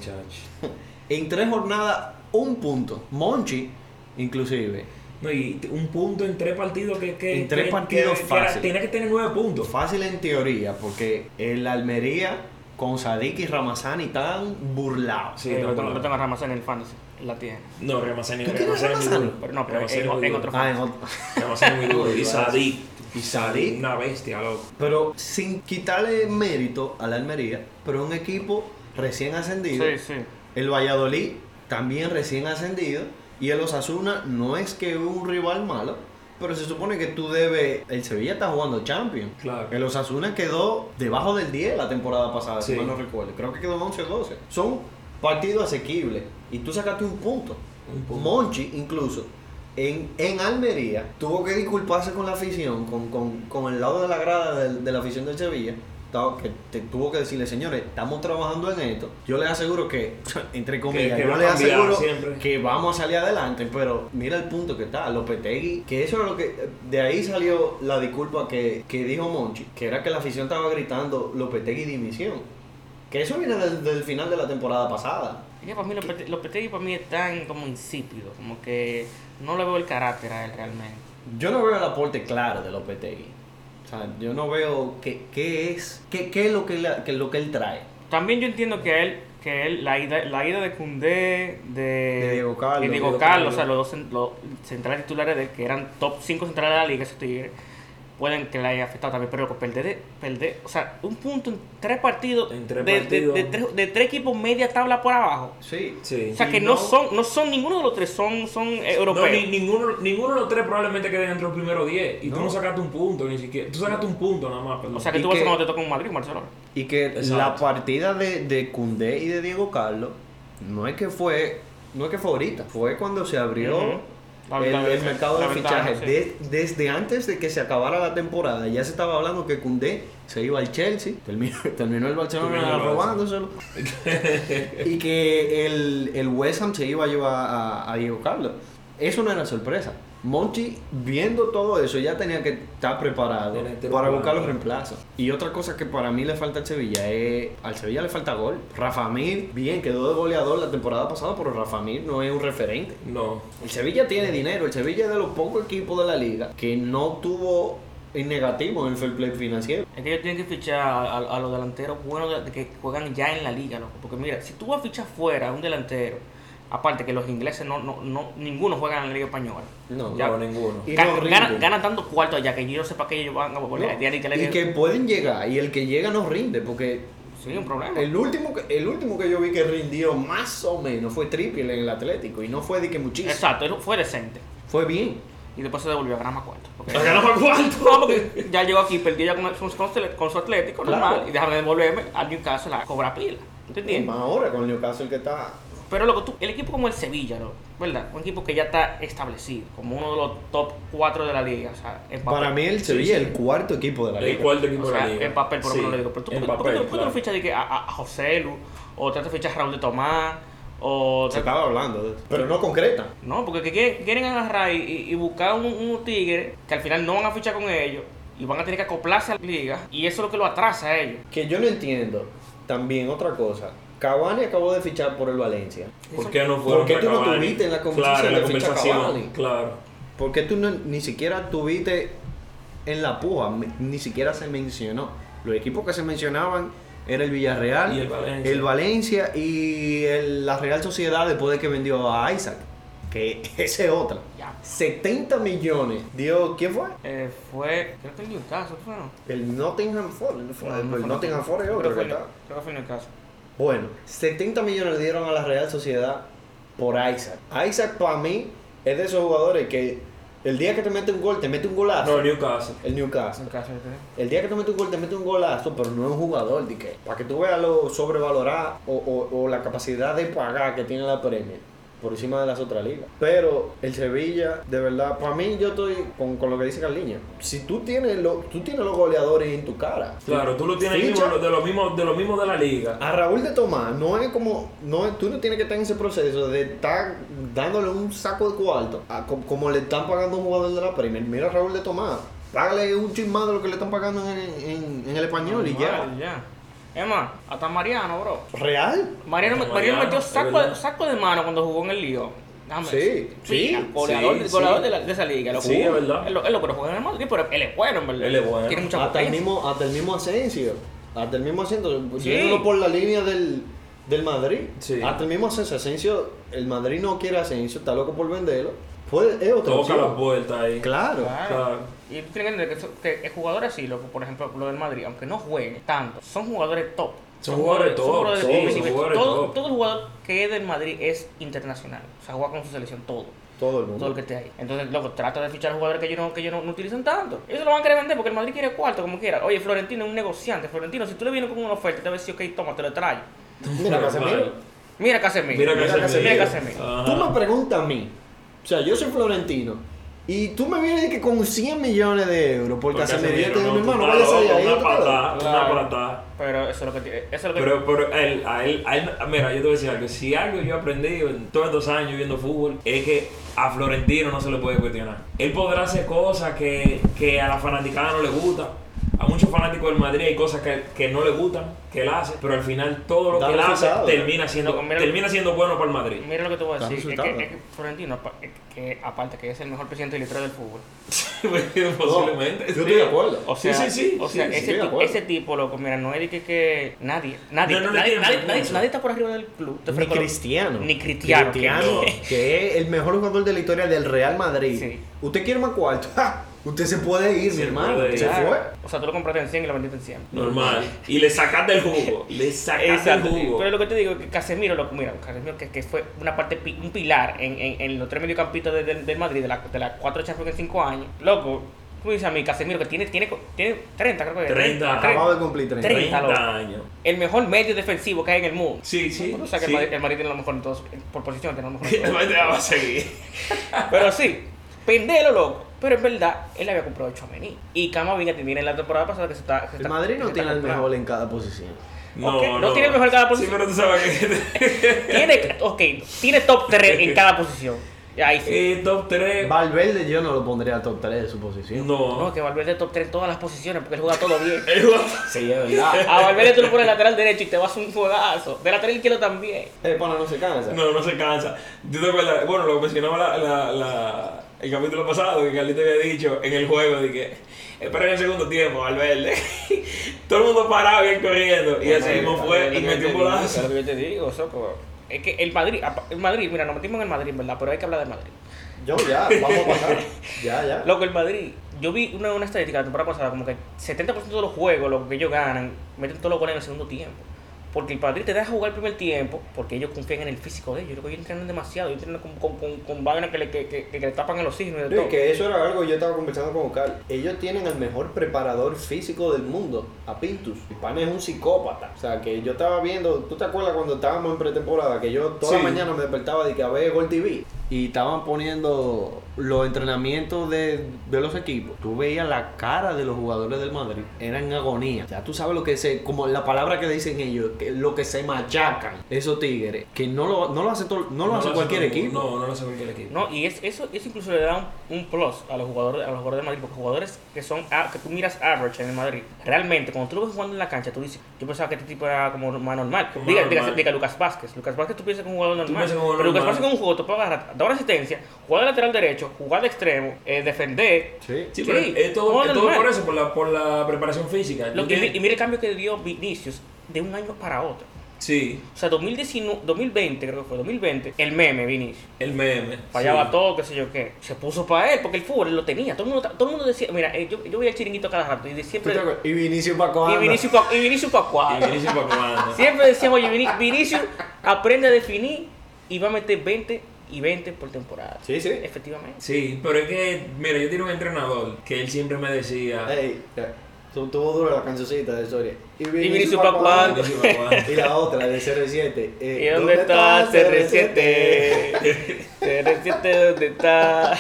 [SPEAKER 1] En tres jornadas, un punto. Monchi, inclusive.
[SPEAKER 2] No, y un punto en tres partidos que. que
[SPEAKER 1] En tres
[SPEAKER 2] que-
[SPEAKER 1] partidos
[SPEAKER 2] que- que era-
[SPEAKER 1] fácil.
[SPEAKER 2] Tiene que tener nueve puntos.
[SPEAKER 1] Fácil en teoría, porque el Almería con Sadik y Ramazani están burlados.
[SPEAKER 2] Sí,
[SPEAKER 3] Eh,
[SPEAKER 2] no,
[SPEAKER 3] yo tengo,
[SPEAKER 2] no.
[SPEAKER 3] yo tengo a Ramazán en el fantasy, en la tiene.
[SPEAKER 2] No, Ramazani
[SPEAKER 1] ¿Tú tienes
[SPEAKER 2] Ramazani es muy
[SPEAKER 1] Ramazani?
[SPEAKER 2] duro.
[SPEAKER 3] Pero no, pero
[SPEAKER 2] Ramazani
[SPEAKER 3] en-
[SPEAKER 2] es muy
[SPEAKER 3] en
[SPEAKER 2] duro.
[SPEAKER 1] [laughs]
[SPEAKER 3] otro-
[SPEAKER 1] Ah, en otro-
[SPEAKER 2] Ramazani es muy duro. Y Sadik.
[SPEAKER 1] Y Sadik.
[SPEAKER 2] Una bestia, loco.
[SPEAKER 1] Pero sin quitarle mérito a la Almería, pero un equipo recién ascendido.
[SPEAKER 3] Sí, sí.
[SPEAKER 1] El Valladolid también recién ascendido. Y el Osasuna no es que un rival malo, pero se supone que tú debes. El Sevilla está jugando Champions.
[SPEAKER 2] Claro.
[SPEAKER 1] El Osasuna quedó debajo del 10 la temporada pasada,
[SPEAKER 2] Sí.
[SPEAKER 1] si mal no recuerdo. Creo que quedó 11 o 12. Son partidos asequibles. Y tú sacaste un punto.
[SPEAKER 2] Un punto.
[SPEAKER 1] Monchi, incluso, en, en Almería, tuvo que disculparse con la afición, con, con- con el lado de la grada del- de, la afición del Sevilla. estaba- Que te- tuvo que decirle, señores, estamos trabajando en esto. Yo les aseguro que, [laughs] entre comillas,
[SPEAKER 2] que
[SPEAKER 1] yo
[SPEAKER 2] va a
[SPEAKER 1] les
[SPEAKER 2] cambiar
[SPEAKER 1] aseguro
[SPEAKER 2] siempre.
[SPEAKER 1] que vamos a salir adelante. Pero mira el punto que está, Lopetegui, que eso es lo que. De ahí salió la disculpa que, que dijo Monchi, que era que la afición estaba gritando Lopetegui dimisión. Que eso viene del, del final de la temporada pasada.
[SPEAKER 3] Es que para mí, Lopete- Lopetegui para mí es tan como insípido, como que no le veo el carácter a él realmente.
[SPEAKER 1] Yo no veo el aporte claro de Lopetegui. O sea, yo no veo qué, qué es, qué, qué es lo que, la- que lo que él trae.
[SPEAKER 3] También yo entiendo que él, que él la ida, la ida de Cundé, de,
[SPEAKER 1] De Diego Carlos.
[SPEAKER 3] de Diego
[SPEAKER 1] Diego
[SPEAKER 3] Carlos,
[SPEAKER 1] Carlos.
[SPEAKER 3] o sea, los dos cen- los centrales titulares de él, que eran top 5 centrales de la liga, esos tigres, pueden que le haya afectado también, pero loco, perder, de- perder, o sea, un punto en tres partidos,
[SPEAKER 2] En tres
[SPEAKER 3] de, de-
[SPEAKER 2] partidos.
[SPEAKER 3] de tres, de tres equipos media tabla por abajo.
[SPEAKER 1] Sí.
[SPEAKER 2] Sí.
[SPEAKER 3] O sea,
[SPEAKER 1] Y
[SPEAKER 3] que no,
[SPEAKER 1] no-
[SPEAKER 3] son, no son ninguno de los tres, son, son eh,
[SPEAKER 2] No,
[SPEAKER 3] europeos.
[SPEAKER 2] ni- ninguno, ninguno de los tres probablemente queden entre los primeros 10. Y tú
[SPEAKER 1] No.
[SPEAKER 2] no sacaste un punto ni siquiera. Tú sacaste un punto nada más, perdón.
[SPEAKER 3] o sea, que
[SPEAKER 1] y
[SPEAKER 3] tú vas a
[SPEAKER 1] que-
[SPEAKER 3] cuando te toca un Madrid, un Barcelona.
[SPEAKER 1] Y que
[SPEAKER 2] Exacto.
[SPEAKER 1] la partida de, de Cundé y de Diego Carlos no es que fue, no es que fue ahorita, fue cuando se abrió
[SPEAKER 3] Ujú. La
[SPEAKER 1] el,
[SPEAKER 3] ventaja,
[SPEAKER 1] el mercado
[SPEAKER 3] la
[SPEAKER 1] de
[SPEAKER 3] ventaja,
[SPEAKER 1] fichajes.
[SPEAKER 3] sí.
[SPEAKER 1] De- desde antes de que se acabara la temporada, ya se estaba hablando que Cundé se iba al Chelsea, terminó, [laughs] terminó el
[SPEAKER 2] Terminó
[SPEAKER 1] Barcelona
[SPEAKER 2] el Barça.
[SPEAKER 1] robándoselo. y que el, el West Ham se iba a llevar a, a Diego Carlos. Eso no era sorpresa. Monchi, viendo todo eso, ya tenía que estar preparado
[SPEAKER 2] Tenía que estar
[SPEAKER 1] para
[SPEAKER 2] preparado.
[SPEAKER 1] buscar los reemplazos. Y otra cosa que para mí le falta al Sevilla es... Al Sevilla le falta gol. Rafa Mir, bien, quedó de goleador la temporada pasada, pero Rafa Mir no es un referente.
[SPEAKER 2] No.
[SPEAKER 1] El Sevilla tiene dinero. El Sevilla es de los pocos equipos de la liga que no tuvo en negativo en el fair play financiero.
[SPEAKER 3] Es que ellos tienen que fichar a, a- a los delanteros buenos de- de que juegan ya en la liga, loco. Porque mira, si tú vas a fichar fuera a un delantero, aparte que los ingleses no, no, no, ninguno juega en la liga española.
[SPEAKER 1] No,
[SPEAKER 3] Ya.
[SPEAKER 2] No, ninguno.
[SPEAKER 1] Y
[SPEAKER 3] Gan-
[SPEAKER 1] no rinden.
[SPEAKER 3] ganan, ganan tanto cuarto allá que yo no sé para qué ellos van a volver.
[SPEAKER 1] No.
[SPEAKER 3] Ya ni que la
[SPEAKER 1] Y
[SPEAKER 3] liga-
[SPEAKER 1] que pueden llegar. Y el que llega no rinde porque...
[SPEAKER 3] Sí, un problema.
[SPEAKER 1] El último, que, el último que yo vi que rindió más o menos fue triple en el Atlético y no fue de que muchísimo.
[SPEAKER 3] Exacto, él fue decente.
[SPEAKER 1] Fue bien.
[SPEAKER 3] Y después se devolvió a ganar más cuarto. Porque-
[SPEAKER 2] ¿A ganar más cuarto?
[SPEAKER 1] [laughs]
[SPEAKER 3] No, porque ya llegó aquí, perdió ya con, con- con su- con su atlético,
[SPEAKER 1] Claro.
[SPEAKER 3] normal. Y déjame devolverme a Newcastle a cobrar pila. ¿Entiendes?
[SPEAKER 1] Y más ahora con Newcastle que está.
[SPEAKER 3] Pero loco, tú, el equipo como el Sevilla, ¿no? ¿verdad? Un equipo que ya está establecido, como uno de los top 4 de la liga. O sea, en papel.
[SPEAKER 1] Para mí el Sevilla es el cuarto equipo de la
[SPEAKER 2] El
[SPEAKER 1] liga.
[SPEAKER 2] cuarto equipo
[SPEAKER 3] O
[SPEAKER 2] de la
[SPEAKER 3] sea,
[SPEAKER 2] liga.
[SPEAKER 3] en papel, por lo
[SPEAKER 2] Sí,
[SPEAKER 3] menos lo digo. Pero tú,
[SPEAKER 2] en
[SPEAKER 3] ¿por qué-
[SPEAKER 2] papel,
[SPEAKER 3] ¿por qué tú no
[SPEAKER 2] claro.
[SPEAKER 3] fichas de que a, a, a José Lu? O tratas de fichar a Raúl de Tomás? O
[SPEAKER 1] Se estaba hablando de eso. Pero no concreta.
[SPEAKER 3] No, porque que quieren, quieren agarrar y, y- y buscar un, un tigre que al final no van a fichar con ellos y van a tener que acoplarse a la liga. Y eso es lo que lo atrasa a ellos.
[SPEAKER 1] Que yo no entiendo. También otra cosa. Cavani acabó de fichar por el Valencia.
[SPEAKER 2] ¿Por qué no fueron
[SPEAKER 1] ¿Por qué
[SPEAKER 2] para
[SPEAKER 1] tú no
[SPEAKER 2] Cavani?
[SPEAKER 1] tuviste en la
[SPEAKER 2] Claro,
[SPEAKER 1] conversación
[SPEAKER 2] en la
[SPEAKER 1] de ficha
[SPEAKER 2] conversación,
[SPEAKER 1] Cavani?
[SPEAKER 2] claro.
[SPEAKER 1] ¿Por qué tú no- ni siquiera tuviste en la puja? Me- Ni siquiera se mencionó. Los equipos que se mencionaban era el Villarreal,
[SPEAKER 2] Y el Valencia.
[SPEAKER 1] Valencia y el- la Real Sociedad después de que vendió a Isaac. Que [laughs] esa es otra.
[SPEAKER 3] Ya.
[SPEAKER 1] 70 millones. Dios, ¿quién fue?
[SPEAKER 3] Eh, fue, creo que el Newcastle, ¿fue no?
[SPEAKER 1] El Nottingham Forest. ¿no fue?
[SPEAKER 3] No, no
[SPEAKER 1] el
[SPEAKER 3] fue
[SPEAKER 1] Nottingham Forest es
[SPEAKER 3] Creo
[SPEAKER 1] otro que
[SPEAKER 3] que fue el-
[SPEAKER 1] está.
[SPEAKER 3] Creo que fue el Newcastle.
[SPEAKER 1] Bueno, 70 millones le dieron a la Real Sociedad por Isaac. Isaac para mí es de esos jugadores que el día que te mete un gol, te mete un golazo.
[SPEAKER 2] No, Newcastle.
[SPEAKER 1] El Newcastle.
[SPEAKER 3] Newcastle, este. creo.
[SPEAKER 1] El día que te mete un gol, te mete un golazo, pero no es un jugador. de que, para que tú veas lo sobrevalorado o, o- o la capacidad de pagar que tiene la Premier por encima de las otras ligas. Pero el Sevilla, de verdad, para mí yo estoy con, con lo que dice Carliña. Si tú tienes, lo, tú tienes los goleadores en tu cara.
[SPEAKER 2] Claro, tú lo tienes
[SPEAKER 1] Ficha.
[SPEAKER 2] mismo, de los mismos de, lo mismo de la liga.
[SPEAKER 1] A Raúl de Tomás, no es como, no es- tú no tienes que estar en ese proceso de estar dándole un saco de cuarto, a- co- como le están pagando a un jugador de la Premier. Mira a Raúl de Tomás, págale un chin más de lo que le están pagando en, en- en el español y
[SPEAKER 3] Normal,
[SPEAKER 1] ya.
[SPEAKER 3] ya. Es más, hasta Mariano, bro.
[SPEAKER 1] ¿Real?
[SPEAKER 3] Mariano,
[SPEAKER 2] Mariano,
[SPEAKER 3] Mariano metió
[SPEAKER 2] es
[SPEAKER 3] saco
[SPEAKER 2] verdad.
[SPEAKER 3] de, saco de mano cuando jugó en el lío. Déjame
[SPEAKER 1] Sí,
[SPEAKER 3] decirte.
[SPEAKER 1] sí,
[SPEAKER 3] Mira, goleador,
[SPEAKER 2] sí,
[SPEAKER 3] goleador
[SPEAKER 2] sí.
[SPEAKER 3] De, la- de esa liga. Lo
[SPEAKER 2] Sí,
[SPEAKER 3] jugó.
[SPEAKER 2] es verdad.
[SPEAKER 3] Él lo, él lo- pero juega en el Madrid, pero él es bueno, en verdad.
[SPEAKER 2] Él es bueno.
[SPEAKER 3] Tiene mucha
[SPEAKER 1] Hasta el,
[SPEAKER 3] potencia.
[SPEAKER 1] mismo, hasta el mismo Asensio, hasta el mismo Asensio,
[SPEAKER 3] Sí.
[SPEAKER 1] yéndolo por la línea del, del Madrid,
[SPEAKER 2] Sí.
[SPEAKER 1] hasta el mismo Asensio, Asensio, el Madrid no quiere a Asensio, está loco por venderlo, Puede- es otra
[SPEAKER 2] Toca
[SPEAKER 1] opción.
[SPEAKER 2] las puertas ahí.
[SPEAKER 1] Claro.
[SPEAKER 3] Claro.
[SPEAKER 2] Claro.
[SPEAKER 3] Y tú tienes que entender que, eso- que el jugador así, lo, por ejemplo, lo del Madrid, aunque no juegue tanto, son jugadores top.
[SPEAKER 2] Son jugadores top,
[SPEAKER 3] jugadores
[SPEAKER 2] sí,
[SPEAKER 3] de
[SPEAKER 2] son
[SPEAKER 3] nivel.
[SPEAKER 2] jugadores
[SPEAKER 3] todo,
[SPEAKER 2] top.
[SPEAKER 3] todo el jugador que es del Madrid es internacional. O sea, juega con su selección todo.
[SPEAKER 1] Todo el mundo.
[SPEAKER 3] Todo el que esté ahí. Entonces, loco, trata de fichar jugadores que ellos no, que ellos no, no utilizan tanto. Ellos lo van a querer vender porque el Madrid quiere cuarto, como quiera. Oye, Florentino es un negociante. Florentino, si tú le vienes con una oferta, te va a decir, ok, toma, te lo traigo.
[SPEAKER 1] Mira, Casemiro.
[SPEAKER 2] Vale.
[SPEAKER 3] Mira Casemiro.
[SPEAKER 2] Mira
[SPEAKER 1] Mira
[SPEAKER 2] Casemiro. Ah.
[SPEAKER 3] Mira Casemiro.
[SPEAKER 2] Ajá.
[SPEAKER 1] Tú me preguntas a mí, o sea, yo soy florentino, y tú me vienes de que con 100 millones de euros por
[SPEAKER 2] Porque
[SPEAKER 1] Casemiro, yo
[SPEAKER 2] Casemiro,
[SPEAKER 1] te digo, mi
[SPEAKER 2] no,
[SPEAKER 1] hermano,
[SPEAKER 2] tú
[SPEAKER 1] vaya a
[SPEAKER 2] estás
[SPEAKER 1] salir ahí. yo
[SPEAKER 2] loco, Una
[SPEAKER 1] te lo doy".
[SPEAKER 2] patada,
[SPEAKER 3] Claro.
[SPEAKER 2] una patada.
[SPEAKER 3] Pero eso es lo que tiene. Eso es lo que
[SPEAKER 2] Pero, pero a él, a él, a él- mira, yo te voy a decir algo. Si algo yo he aprendido en todos estos años viendo fútbol, es que a Florentino no se le puede cuestionar. Él podrá hacer cosas que, que a la fanaticada no le gusta. A muchos fanáticos del Madrid hay cosas que, que no le gustan, que él hace, pero al final todo lo
[SPEAKER 1] Da
[SPEAKER 2] que él hace
[SPEAKER 1] resultado, ¿eh?
[SPEAKER 2] termina siendo,
[SPEAKER 3] Loco, mira-
[SPEAKER 2] termina siendo bueno para el
[SPEAKER 3] [laughs]
[SPEAKER 2] Madrid.
[SPEAKER 3] Mira lo que te voy a
[SPEAKER 1] Está
[SPEAKER 3] decir. Es
[SPEAKER 1] resultado.
[SPEAKER 3] que, es que Florentino, apa- es que aparte que es el mejor presidente de la historia del fútbol.
[SPEAKER 2] pues, Posiblemente.
[SPEAKER 1] Yo estoy de acuerdo.
[SPEAKER 3] O
[SPEAKER 2] Sí, sí,
[SPEAKER 3] sea,
[SPEAKER 2] sí,
[SPEAKER 3] o sea
[SPEAKER 2] sí, sí,
[SPEAKER 1] de
[SPEAKER 3] ese, tipo,
[SPEAKER 1] acuerdo.
[SPEAKER 3] ese tipo, loco, mira, no es de que, que nadie, nadie,
[SPEAKER 2] No, no le
[SPEAKER 3] nadie,
[SPEAKER 2] tiene
[SPEAKER 3] nadie,
[SPEAKER 2] mucho.
[SPEAKER 3] nadie, nadie está por arriba del club. Te
[SPEAKER 1] Ni
[SPEAKER 3] ofrezco lo-
[SPEAKER 1] Cristiano.
[SPEAKER 3] Ni Cristiano. que-
[SPEAKER 1] que, es el mejor jugador de la historia del Real Madrid.
[SPEAKER 3] Sí.
[SPEAKER 1] Usted quiere más cuarto. [laughs] ¡Ja! Usted se puede ir,
[SPEAKER 2] Se
[SPEAKER 1] mi hermano.
[SPEAKER 2] puede ir.
[SPEAKER 1] Se fue.
[SPEAKER 3] O sea, tú lo compraste en 100 y lo vendiste en 100.
[SPEAKER 2] Normal. Y le sacas del jugo. Le sacas del jugo.
[SPEAKER 3] Pero lo que te digo, que Casemiro, loco, mira, Casemiro que, que fue una parte, pi- un pilar en, en, en los tres mediocampistas de- del del Madrid, de las de la cuatro Champions en cinco años. Loco, tú dices a mí, Casemiro, que tiene, tiene, tiene 30, creo que es.
[SPEAKER 2] 30,
[SPEAKER 1] Acabamos de cumplir 30.
[SPEAKER 3] 30,
[SPEAKER 2] 30
[SPEAKER 3] loco.
[SPEAKER 2] años. [laughs]
[SPEAKER 3] El mejor medio defensivo que hay en el mundo.
[SPEAKER 2] Sí, sí.
[SPEAKER 3] O sea, que
[SPEAKER 2] sí.
[SPEAKER 3] el, Madrid, el Madrid tiene lo mejor en todos, por posición, tiene lo mejor en
[SPEAKER 2] El
[SPEAKER 3] todo.
[SPEAKER 2] Madrid va a seguir.
[SPEAKER 3] Pero sí, pendelo loco. Pero es verdad, él había comprado a Mení. Y Camavinga tiene en la temporada pasada que se está. que se
[SPEAKER 1] El
[SPEAKER 3] está-
[SPEAKER 1] Madrid
[SPEAKER 3] que
[SPEAKER 1] no
[SPEAKER 3] se
[SPEAKER 1] tiene
[SPEAKER 3] está
[SPEAKER 1] el
[SPEAKER 3] comprando.
[SPEAKER 1] mejor en cada posición.
[SPEAKER 3] Ok, no tiene el mejor cada posición.
[SPEAKER 2] Sí, pero tú sabes
[SPEAKER 3] [laughs]
[SPEAKER 2] que.
[SPEAKER 3] Tiene, ok, tiene top
[SPEAKER 2] [laughs]
[SPEAKER 3] 3 en cada posición. Ahí sí.
[SPEAKER 2] Eh, top 3.
[SPEAKER 1] Valverde yo no lo pondría a top 3 de su posición.
[SPEAKER 3] No,
[SPEAKER 2] No.
[SPEAKER 3] que Valverde top 3 en todas las posiciones porque él juega todo
[SPEAKER 2] [laughs]
[SPEAKER 3] bien.
[SPEAKER 2] El guapo-
[SPEAKER 1] Sí, es verdad.
[SPEAKER 3] A Valverde tú lo pones lateral derecho y te vas un juegazo. De lateral izquierdo también.
[SPEAKER 1] Eh, pana, no se cansa.
[SPEAKER 2] No, no se cansa. Yo te acuerdas- bueno, lo que mencionaba la, la- la- el capítulo pasado, que Carlito había dicho en el juego, de que esperen el segundo tiempo, Valverde. [laughs] Todo el mundo parado y él corriendo. Y así mismo fue y metió un
[SPEAKER 3] Es lo
[SPEAKER 2] bolazo.
[SPEAKER 3] que yo te digo, pues, Soco. Es que el Madrid, el Madrid, mira, nos metimos en el Madrid, ¿verdad? Pero hay que hablar de Madrid.
[SPEAKER 1] Yo ya, vamos a [laughs] pasar. Ya, ya.
[SPEAKER 3] Loco, el Madrid, yo vi una, una estadística la temporada pasada, como que 70% de los juegos, lo que ellos ganan, meten todos los goles en el segundo tiempo. Porque el Madrid te deja jugar el primer tiempo, porque ellos confían en el físico de ellos. Yo creo que ellos entrenan demasiado, ellos entrenan con, con, con, con vainas que le, que, que, que le tapan el oxígeno y de
[SPEAKER 1] No,
[SPEAKER 3] todo.
[SPEAKER 1] y que eso era algo que yo estaba conversando con Oscar. Ellos tienen el mejor preparador físico del mundo, a Pintus. El pan es un psicópata. O sea, que yo estaba viendo, ¿tú te acuerdas cuando estábamos en pretemporada? Que yo toda
[SPEAKER 2] Sí.
[SPEAKER 1] la mañana me despertaba de que a ver Gol TV. Y estaban poniendo los entrenamientos de, de los equipos. Tú veías la cara de los jugadores del Madrid. Eran en agonía. Ya tú sabes lo que se, como la palabra que dicen ellos, que lo que se machacan esos tigres. Que no lo, no lo hace, todo- no lo hace cualquier
[SPEAKER 2] todo el
[SPEAKER 1] equipo.
[SPEAKER 2] mundo. No, no lo hace cualquier equipo.
[SPEAKER 3] No, y es, eso, eso incluso le da un, un plus a los jugadores, a los jugadores de Madrid, porque jugadores que son a- que tú miras average en el Madrid, realmente cuando tú lo ves jugando en la cancha, tú dices, yo pensaba que este tipo era como más normal.
[SPEAKER 2] Como
[SPEAKER 3] Diga,
[SPEAKER 2] más
[SPEAKER 3] diga,
[SPEAKER 2] normal.
[SPEAKER 3] diga Lucas Vázquez. Lucas Vázquez tú piensas que es un jugador normal.
[SPEAKER 2] piensas que es un jugador
[SPEAKER 3] pero Lucas
[SPEAKER 2] normal.
[SPEAKER 3] Vázquez es un jugador, te puede agarrar da una asistencia, jugar de lateral derecho, jugar de extremo, eh, defender.
[SPEAKER 1] Sí.
[SPEAKER 2] Sí, pero
[SPEAKER 3] Sí.
[SPEAKER 2] es todo,
[SPEAKER 3] Todo
[SPEAKER 2] es todo
[SPEAKER 3] normal.
[SPEAKER 2] por eso, por la, por la preparación física.
[SPEAKER 3] Lo
[SPEAKER 2] Tú
[SPEAKER 3] que- y,
[SPEAKER 2] tienes-
[SPEAKER 3] mi- y mira el cambio que dio Vinicius de un año para otro.
[SPEAKER 2] Sí,
[SPEAKER 3] O sea, 2019, 2020 creo que fue, 2020, el meme Vinicius.
[SPEAKER 2] el meme.
[SPEAKER 3] Fallaba
[SPEAKER 2] sí.
[SPEAKER 3] todo, qué sé yo qué. Se puso para él, porque el fútbol él lo tenía. Todo el mundo, todo el mundo decía, mira, eh, yo, yo veía el chiringuito cada rato y de-
[SPEAKER 1] ¿Tú
[SPEAKER 3] siempre...
[SPEAKER 1] te acuerdas? Y Vinicius para
[SPEAKER 3] Y
[SPEAKER 1] coger.
[SPEAKER 3] Vinicius pa- y Vinicius pa'
[SPEAKER 2] Y
[SPEAKER 3] cuadra.
[SPEAKER 2] Vinicius para comando.
[SPEAKER 3] Siempre decíamos, oye, Vini- Vinicius aprende a definir y va a meter 20 y 20 por temporada.
[SPEAKER 1] Sí, sí.
[SPEAKER 3] Efectivamente.
[SPEAKER 2] Sí, pero es que, mira, yo tenía un entrenador que él siempre me decía.
[SPEAKER 1] Ey, eh, son todo duro la cancioncita de Soria. Y
[SPEAKER 3] Vinicius
[SPEAKER 1] pa'
[SPEAKER 3] pa'
[SPEAKER 1] cuadro.
[SPEAKER 3] cuadro.
[SPEAKER 2] Vinicius pa' cuadro.
[SPEAKER 1] Y la otra de CR7. eh,
[SPEAKER 3] ¿Y dónde está CR7? [laughs] CR7, ¿dónde está?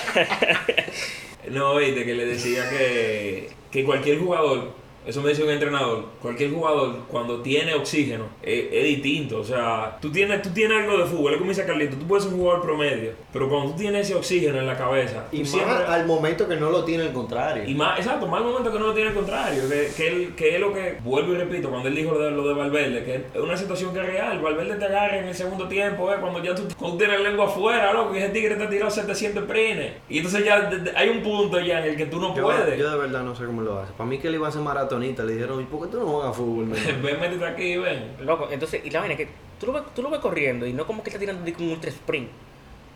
[SPEAKER 2] No, oíste, que le decía que, que cualquier jugador, eso me dice un entrenador, cualquier jugador cuando tiene oxígeno eh, es, distinto. O sea, tú tienes, tú tienes algo de fútbol, es como dice Carlito, tú puedes ser un jugador promedio, pero cuando tú tienes ese oxígeno en la cabeza, tú
[SPEAKER 1] Y más
[SPEAKER 2] siempre-
[SPEAKER 1] al momento que no lo tiene el contrario.
[SPEAKER 2] Y más, exacto, más el momento que no lo tiene el contrario, que, que, él- que es lo que, vuelvo y repito, cuando él dijo lo de, lo de Valverde, que es una situación que es real, Valverde te agarra en el segundo tiempo, eh, cuando ya tú, cuando tienes la lengua afuera, loco, y ese tigre te ha tirado 700 prines, y entonces ya de- de- hay un punto ya en el que tú no
[SPEAKER 1] yo,
[SPEAKER 2] puedes.
[SPEAKER 1] yo de verdad no sé cómo lo hace. Para mí que le iba a hacer maratonita, le dijeron, ¿y por qué tú no juegas fútbol? men?"
[SPEAKER 2] [laughs] ven, métete aquí, ven.
[SPEAKER 3] Loco, entonces, y la vaina es que tú lo, ves, tú lo ves corriendo y no como que está tirando de un ultra sprint.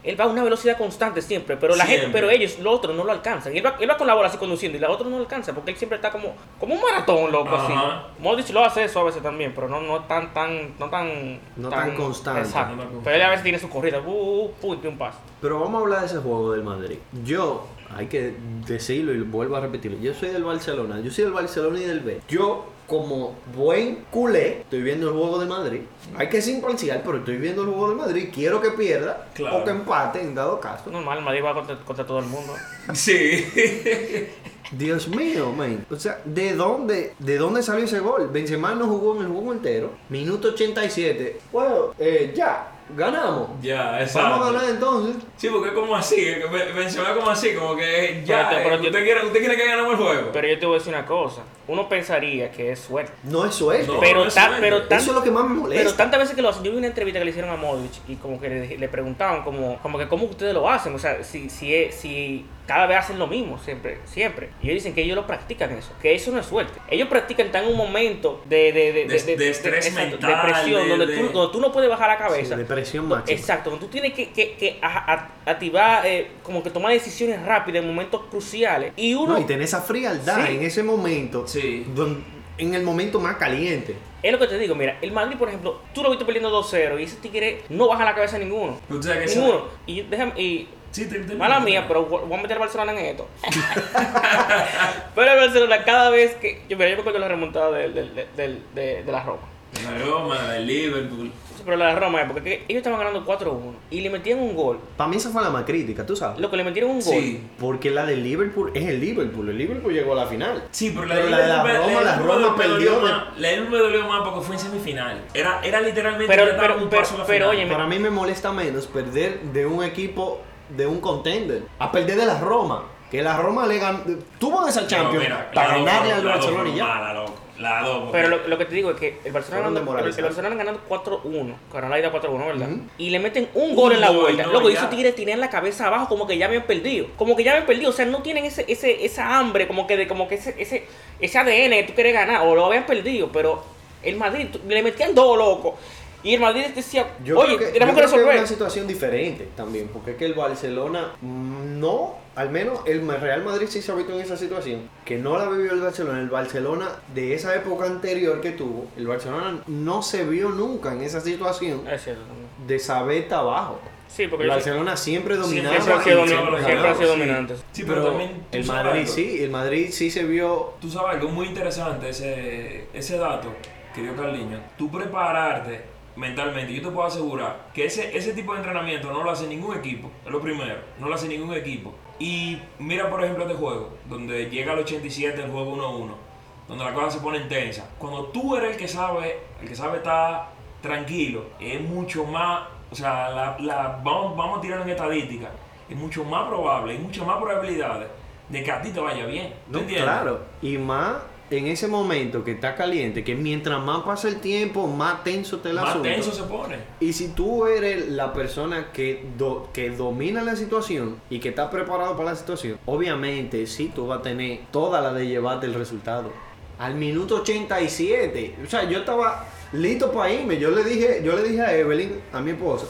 [SPEAKER 3] Él va a una velocidad constante siempre, pero la gente,
[SPEAKER 2] Siempre.
[SPEAKER 3] pero ellos, los otros no lo alcanzan. Y Él va, él va con la bola así conduciendo y la otra no lo alcanza porque él siempre está como, como un maratón, loco,
[SPEAKER 2] Ajá.
[SPEAKER 3] así. Modric lo hace eso a veces también, pero no, no tan, tan, no tan,
[SPEAKER 1] No tan constante.
[SPEAKER 3] Exacto.
[SPEAKER 2] No tan constante.
[SPEAKER 3] Pero él a veces tiene su corrida, uh, uh, uh, pum, y un paso.
[SPEAKER 1] Pero vamos a hablar de ese juego del Madrid. Yo, hay que decirlo y lo vuelvo a repetirlo, yo soy del Barcelona, yo soy del Barcelona y del B. Yo, como buen culé, estoy viendo el juego de Madrid. Hay que ser imparcial, pero estoy viendo el juego de Madrid. Quiero que pierda
[SPEAKER 2] Claro.
[SPEAKER 1] o que empate en dado caso.
[SPEAKER 3] Normal, el Madrid va contra, contra todo el mundo.
[SPEAKER 2] Sí. [laughs]
[SPEAKER 1] Dios mío, man. O sea, ¿de dónde, ¿de dónde salió ese gol? Benzema no jugó en el juego entero. Minuto 87. Bueno, eh, ya, ganamos.
[SPEAKER 2] ya,
[SPEAKER 1] Vamos a
[SPEAKER 2] exacto.
[SPEAKER 1] ganar entonces.
[SPEAKER 2] Sí, porque es como así, es que men- menciona como así, como que ya,
[SPEAKER 3] Pero te- pero
[SPEAKER 2] eh,
[SPEAKER 3] yo-
[SPEAKER 2] usted, quiere, usted quiere que ganemos el juego.
[SPEAKER 3] Pero yo te voy a decir una cosa, uno pensaría que es suerte.
[SPEAKER 1] No es suerte.
[SPEAKER 2] No,
[SPEAKER 3] pero,
[SPEAKER 2] no es
[SPEAKER 3] ta-
[SPEAKER 2] suerte.
[SPEAKER 3] pero tan,
[SPEAKER 1] Eso es lo que más me molesta.
[SPEAKER 3] Pero tantas veces que lo hacen, yo vi una entrevista que le hicieron a Modric y como que le, le preguntaban como, como que cómo ustedes lo hacen, o sea, si, si, es- si cada vez hacen lo mismo, siempre, siempre. Y ellos dicen que ellos lo practican eso, que eso no es suerte. Ellos practican tan un momento de, de, de,
[SPEAKER 2] De- de estrés
[SPEAKER 3] exacto,
[SPEAKER 2] mental,
[SPEAKER 3] de presión,
[SPEAKER 2] de-
[SPEAKER 3] donde,
[SPEAKER 2] de-
[SPEAKER 3] Tú, donde tú no puedes bajar la cabeza.
[SPEAKER 1] Sí, depresión máxima.
[SPEAKER 3] Exacto, cuando tú tienes que, que, que a- a- activar, eh, como que tomar decisiones rápidas en momentos cruciales. Y uno,
[SPEAKER 1] No, y tener esa frialdad
[SPEAKER 3] Sí.
[SPEAKER 1] en ese momento,
[SPEAKER 2] Sí.
[SPEAKER 1] don- en el momento más caliente.
[SPEAKER 3] es lo que te digo, mira, el Madrid, por ejemplo, tú lo viste perdiendo 2-0 y ese tigre no baja la cabeza a ninguno.
[SPEAKER 2] Pero tú sabes que esa-
[SPEAKER 3] Ninguno. Y yo- déjame, y
[SPEAKER 2] Sí, te- te-
[SPEAKER 3] mala mía, pero voy voy a meter a Barcelona en esto. [laughs] pero el Barcelona cada vez que. Yo, mira, yo me acuerdo de la remontada del- del- del- del- de, de la Roma.
[SPEAKER 2] La Roma, la del Liverpool.
[SPEAKER 3] Sí, Pero la de Roma es porque que ellos estaban ganando 4-1 y le metían un gol.
[SPEAKER 1] Para mí esa fue la más crítica, tú sabes.
[SPEAKER 3] Lo que le metieron un gol.
[SPEAKER 2] Sí.
[SPEAKER 1] Porque la del Liverpool es el Liverpool. El Liverpool llegó a la final.
[SPEAKER 2] Sí, pero
[SPEAKER 1] Pero la de la
[SPEAKER 2] Liverpool-
[SPEAKER 1] Roma, la
[SPEAKER 2] Liverpool
[SPEAKER 1] Roma
[SPEAKER 2] me dolió
[SPEAKER 1] perdió de-
[SPEAKER 2] más- La de Liverpool me dolió más porque fue en semifinal. Era, era literalmente
[SPEAKER 3] Pero-
[SPEAKER 2] ya estaba
[SPEAKER 3] pero- pero-
[SPEAKER 2] a la
[SPEAKER 3] pero,
[SPEAKER 2] final.
[SPEAKER 3] oye,
[SPEAKER 1] Para mí me molesta menos perder de un equipo, de un contender, a perder de la Roma. Que la Roma le ganó, tuvo esa Champions
[SPEAKER 2] mira, la
[SPEAKER 1] para
[SPEAKER 2] dos
[SPEAKER 1] ganarle
[SPEAKER 2] fue-
[SPEAKER 1] al
[SPEAKER 2] la dos
[SPEAKER 1] Barcelona
[SPEAKER 2] fue
[SPEAKER 1] y ya.
[SPEAKER 2] mala, loco. La dos, porque-
[SPEAKER 3] Pero lo, lo que te digo es que el
[SPEAKER 1] Fueron
[SPEAKER 3] Barcelona, ganando, el, el
[SPEAKER 1] desmoralizados.
[SPEAKER 3] Barcelona ganando 4-1, ganó la ida 4-1, ¿verdad?
[SPEAKER 1] Ujú.
[SPEAKER 3] Y le meten un gol en la
[SPEAKER 2] gol,
[SPEAKER 3] vuelta.
[SPEAKER 2] no,
[SPEAKER 3] Loco, y
[SPEAKER 2] ya.
[SPEAKER 3] esos tigres tienen la cabeza abajo como que ya habían perdido. Como que ya habían perdido. O sea, no tienen ese, ese, esa hambre, como que de, como que ese, ese, ese ADN que tú quieres ganar. O lo habían perdido, pero el Madrid tú- le metían dos, loco. Y el Madrid decía,
[SPEAKER 1] Yo
[SPEAKER 3] oye,
[SPEAKER 1] creo que,
[SPEAKER 3] tenemos
[SPEAKER 1] yo
[SPEAKER 3] que
[SPEAKER 1] creo que es
[SPEAKER 3] resolver.
[SPEAKER 1] una situación diferente también, porque es que el Barcelona mm, no, al menos el Real Madrid sí se ha visto en esa situación, que no la vivió el Barcelona. El Barcelona de esa época anterior que tuvo, el Barcelona no se vio nunca en esa situación
[SPEAKER 3] Es cierto también.
[SPEAKER 1] de saber abajo.
[SPEAKER 3] Sí, porque
[SPEAKER 1] El
[SPEAKER 3] yo sé-
[SPEAKER 1] Barcelona siempre dominaba.
[SPEAKER 3] siempre ha
[SPEAKER 1] y
[SPEAKER 3] sido domin-
[SPEAKER 1] siempre
[SPEAKER 3] siempre ha
[SPEAKER 1] ganaba.
[SPEAKER 3] sido dominante.
[SPEAKER 2] Sí, pero, también. tú
[SPEAKER 1] El
[SPEAKER 2] sabes
[SPEAKER 1] Madrid
[SPEAKER 2] algo.
[SPEAKER 1] sí, el Madrid sí se vio
[SPEAKER 2] Tú sabes algo muy interesante, ese, ese dato que dio Carliño. Tú prepararte mentalmente, yo te puedo asegurar que ese, ese tipo de entrenamiento no lo hace ningún equipo, es lo primero, no lo hace ningún equipo. Y mira, por ejemplo, este juego, donde llega al 87 el juego 1-1, donde la cosa se pone intensa. Cuando tú eres el que sabe, el que sabe estar tranquilo, es mucho más, o sea, la, la- vamos, vamos a tirar en estadística, es mucho más probable, hay muchas más probabilidades de que a ti te vaya bien. ¿Tú
[SPEAKER 1] No,
[SPEAKER 2] entiendes?
[SPEAKER 1] claro. Y más en ese momento que está caliente, que mientras más pasa el tiempo, más tenso te la
[SPEAKER 2] Más
[SPEAKER 1] asunto.
[SPEAKER 2] tenso se pone.
[SPEAKER 1] Y si tú eres la persona que, do- que domina la situación y que está preparado para la situación, obviamente sí, tú vas a tener toda la de llevarte el resultado. Al minuto 87, o sea, yo estaba listo para irme. Yo le dije, yo le dije a Evelyn, a mi esposa,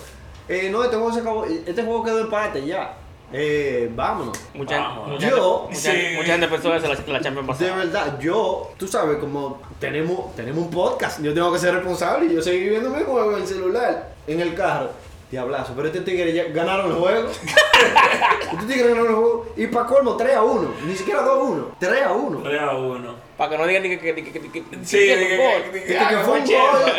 [SPEAKER 1] eh, no, este juego se acabó, este juego quedó empate ya. Eh, vámonos.
[SPEAKER 3] Mucha,
[SPEAKER 2] Vamos.
[SPEAKER 3] mucha-
[SPEAKER 1] Yo,
[SPEAKER 3] mucha-
[SPEAKER 2] Ah, sí.
[SPEAKER 3] mucha gente pensó eso la, la Champions
[SPEAKER 1] De
[SPEAKER 3] pasada.
[SPEAKER 1] verdad, yo, tú sabes, como tenemos, tenemos un podcast, yo tengo que ser responsable y yo seguí viendo mi juego en el celular, en el carro. Diablazo, pero este tigre ya ganaron el
[SPEAKER 2] [laughs]
[SPEAKER 1] juego. este tigre ganaron el juego. Y para colmo, 3 a 1. Ni siquiera 2 a 1. 3 a 1.
[SPEAKER 2] 3 a 1.
[SPEAKER 3] Para que no digan ni que, que, que, que, que-
[SPEAKER 2] Sí,
[SPEAKER 3] que-
[SPEAKER 2] que-
[SPEAKER 3] que-
[SPEAKER 2] que-
[SPEAKER 3] que-
[SPEAKER 1] Dije Este que
[SPEAKER 2] Ah, qué
[SPEAKER 1] fue un
[SPEAKER 2] buen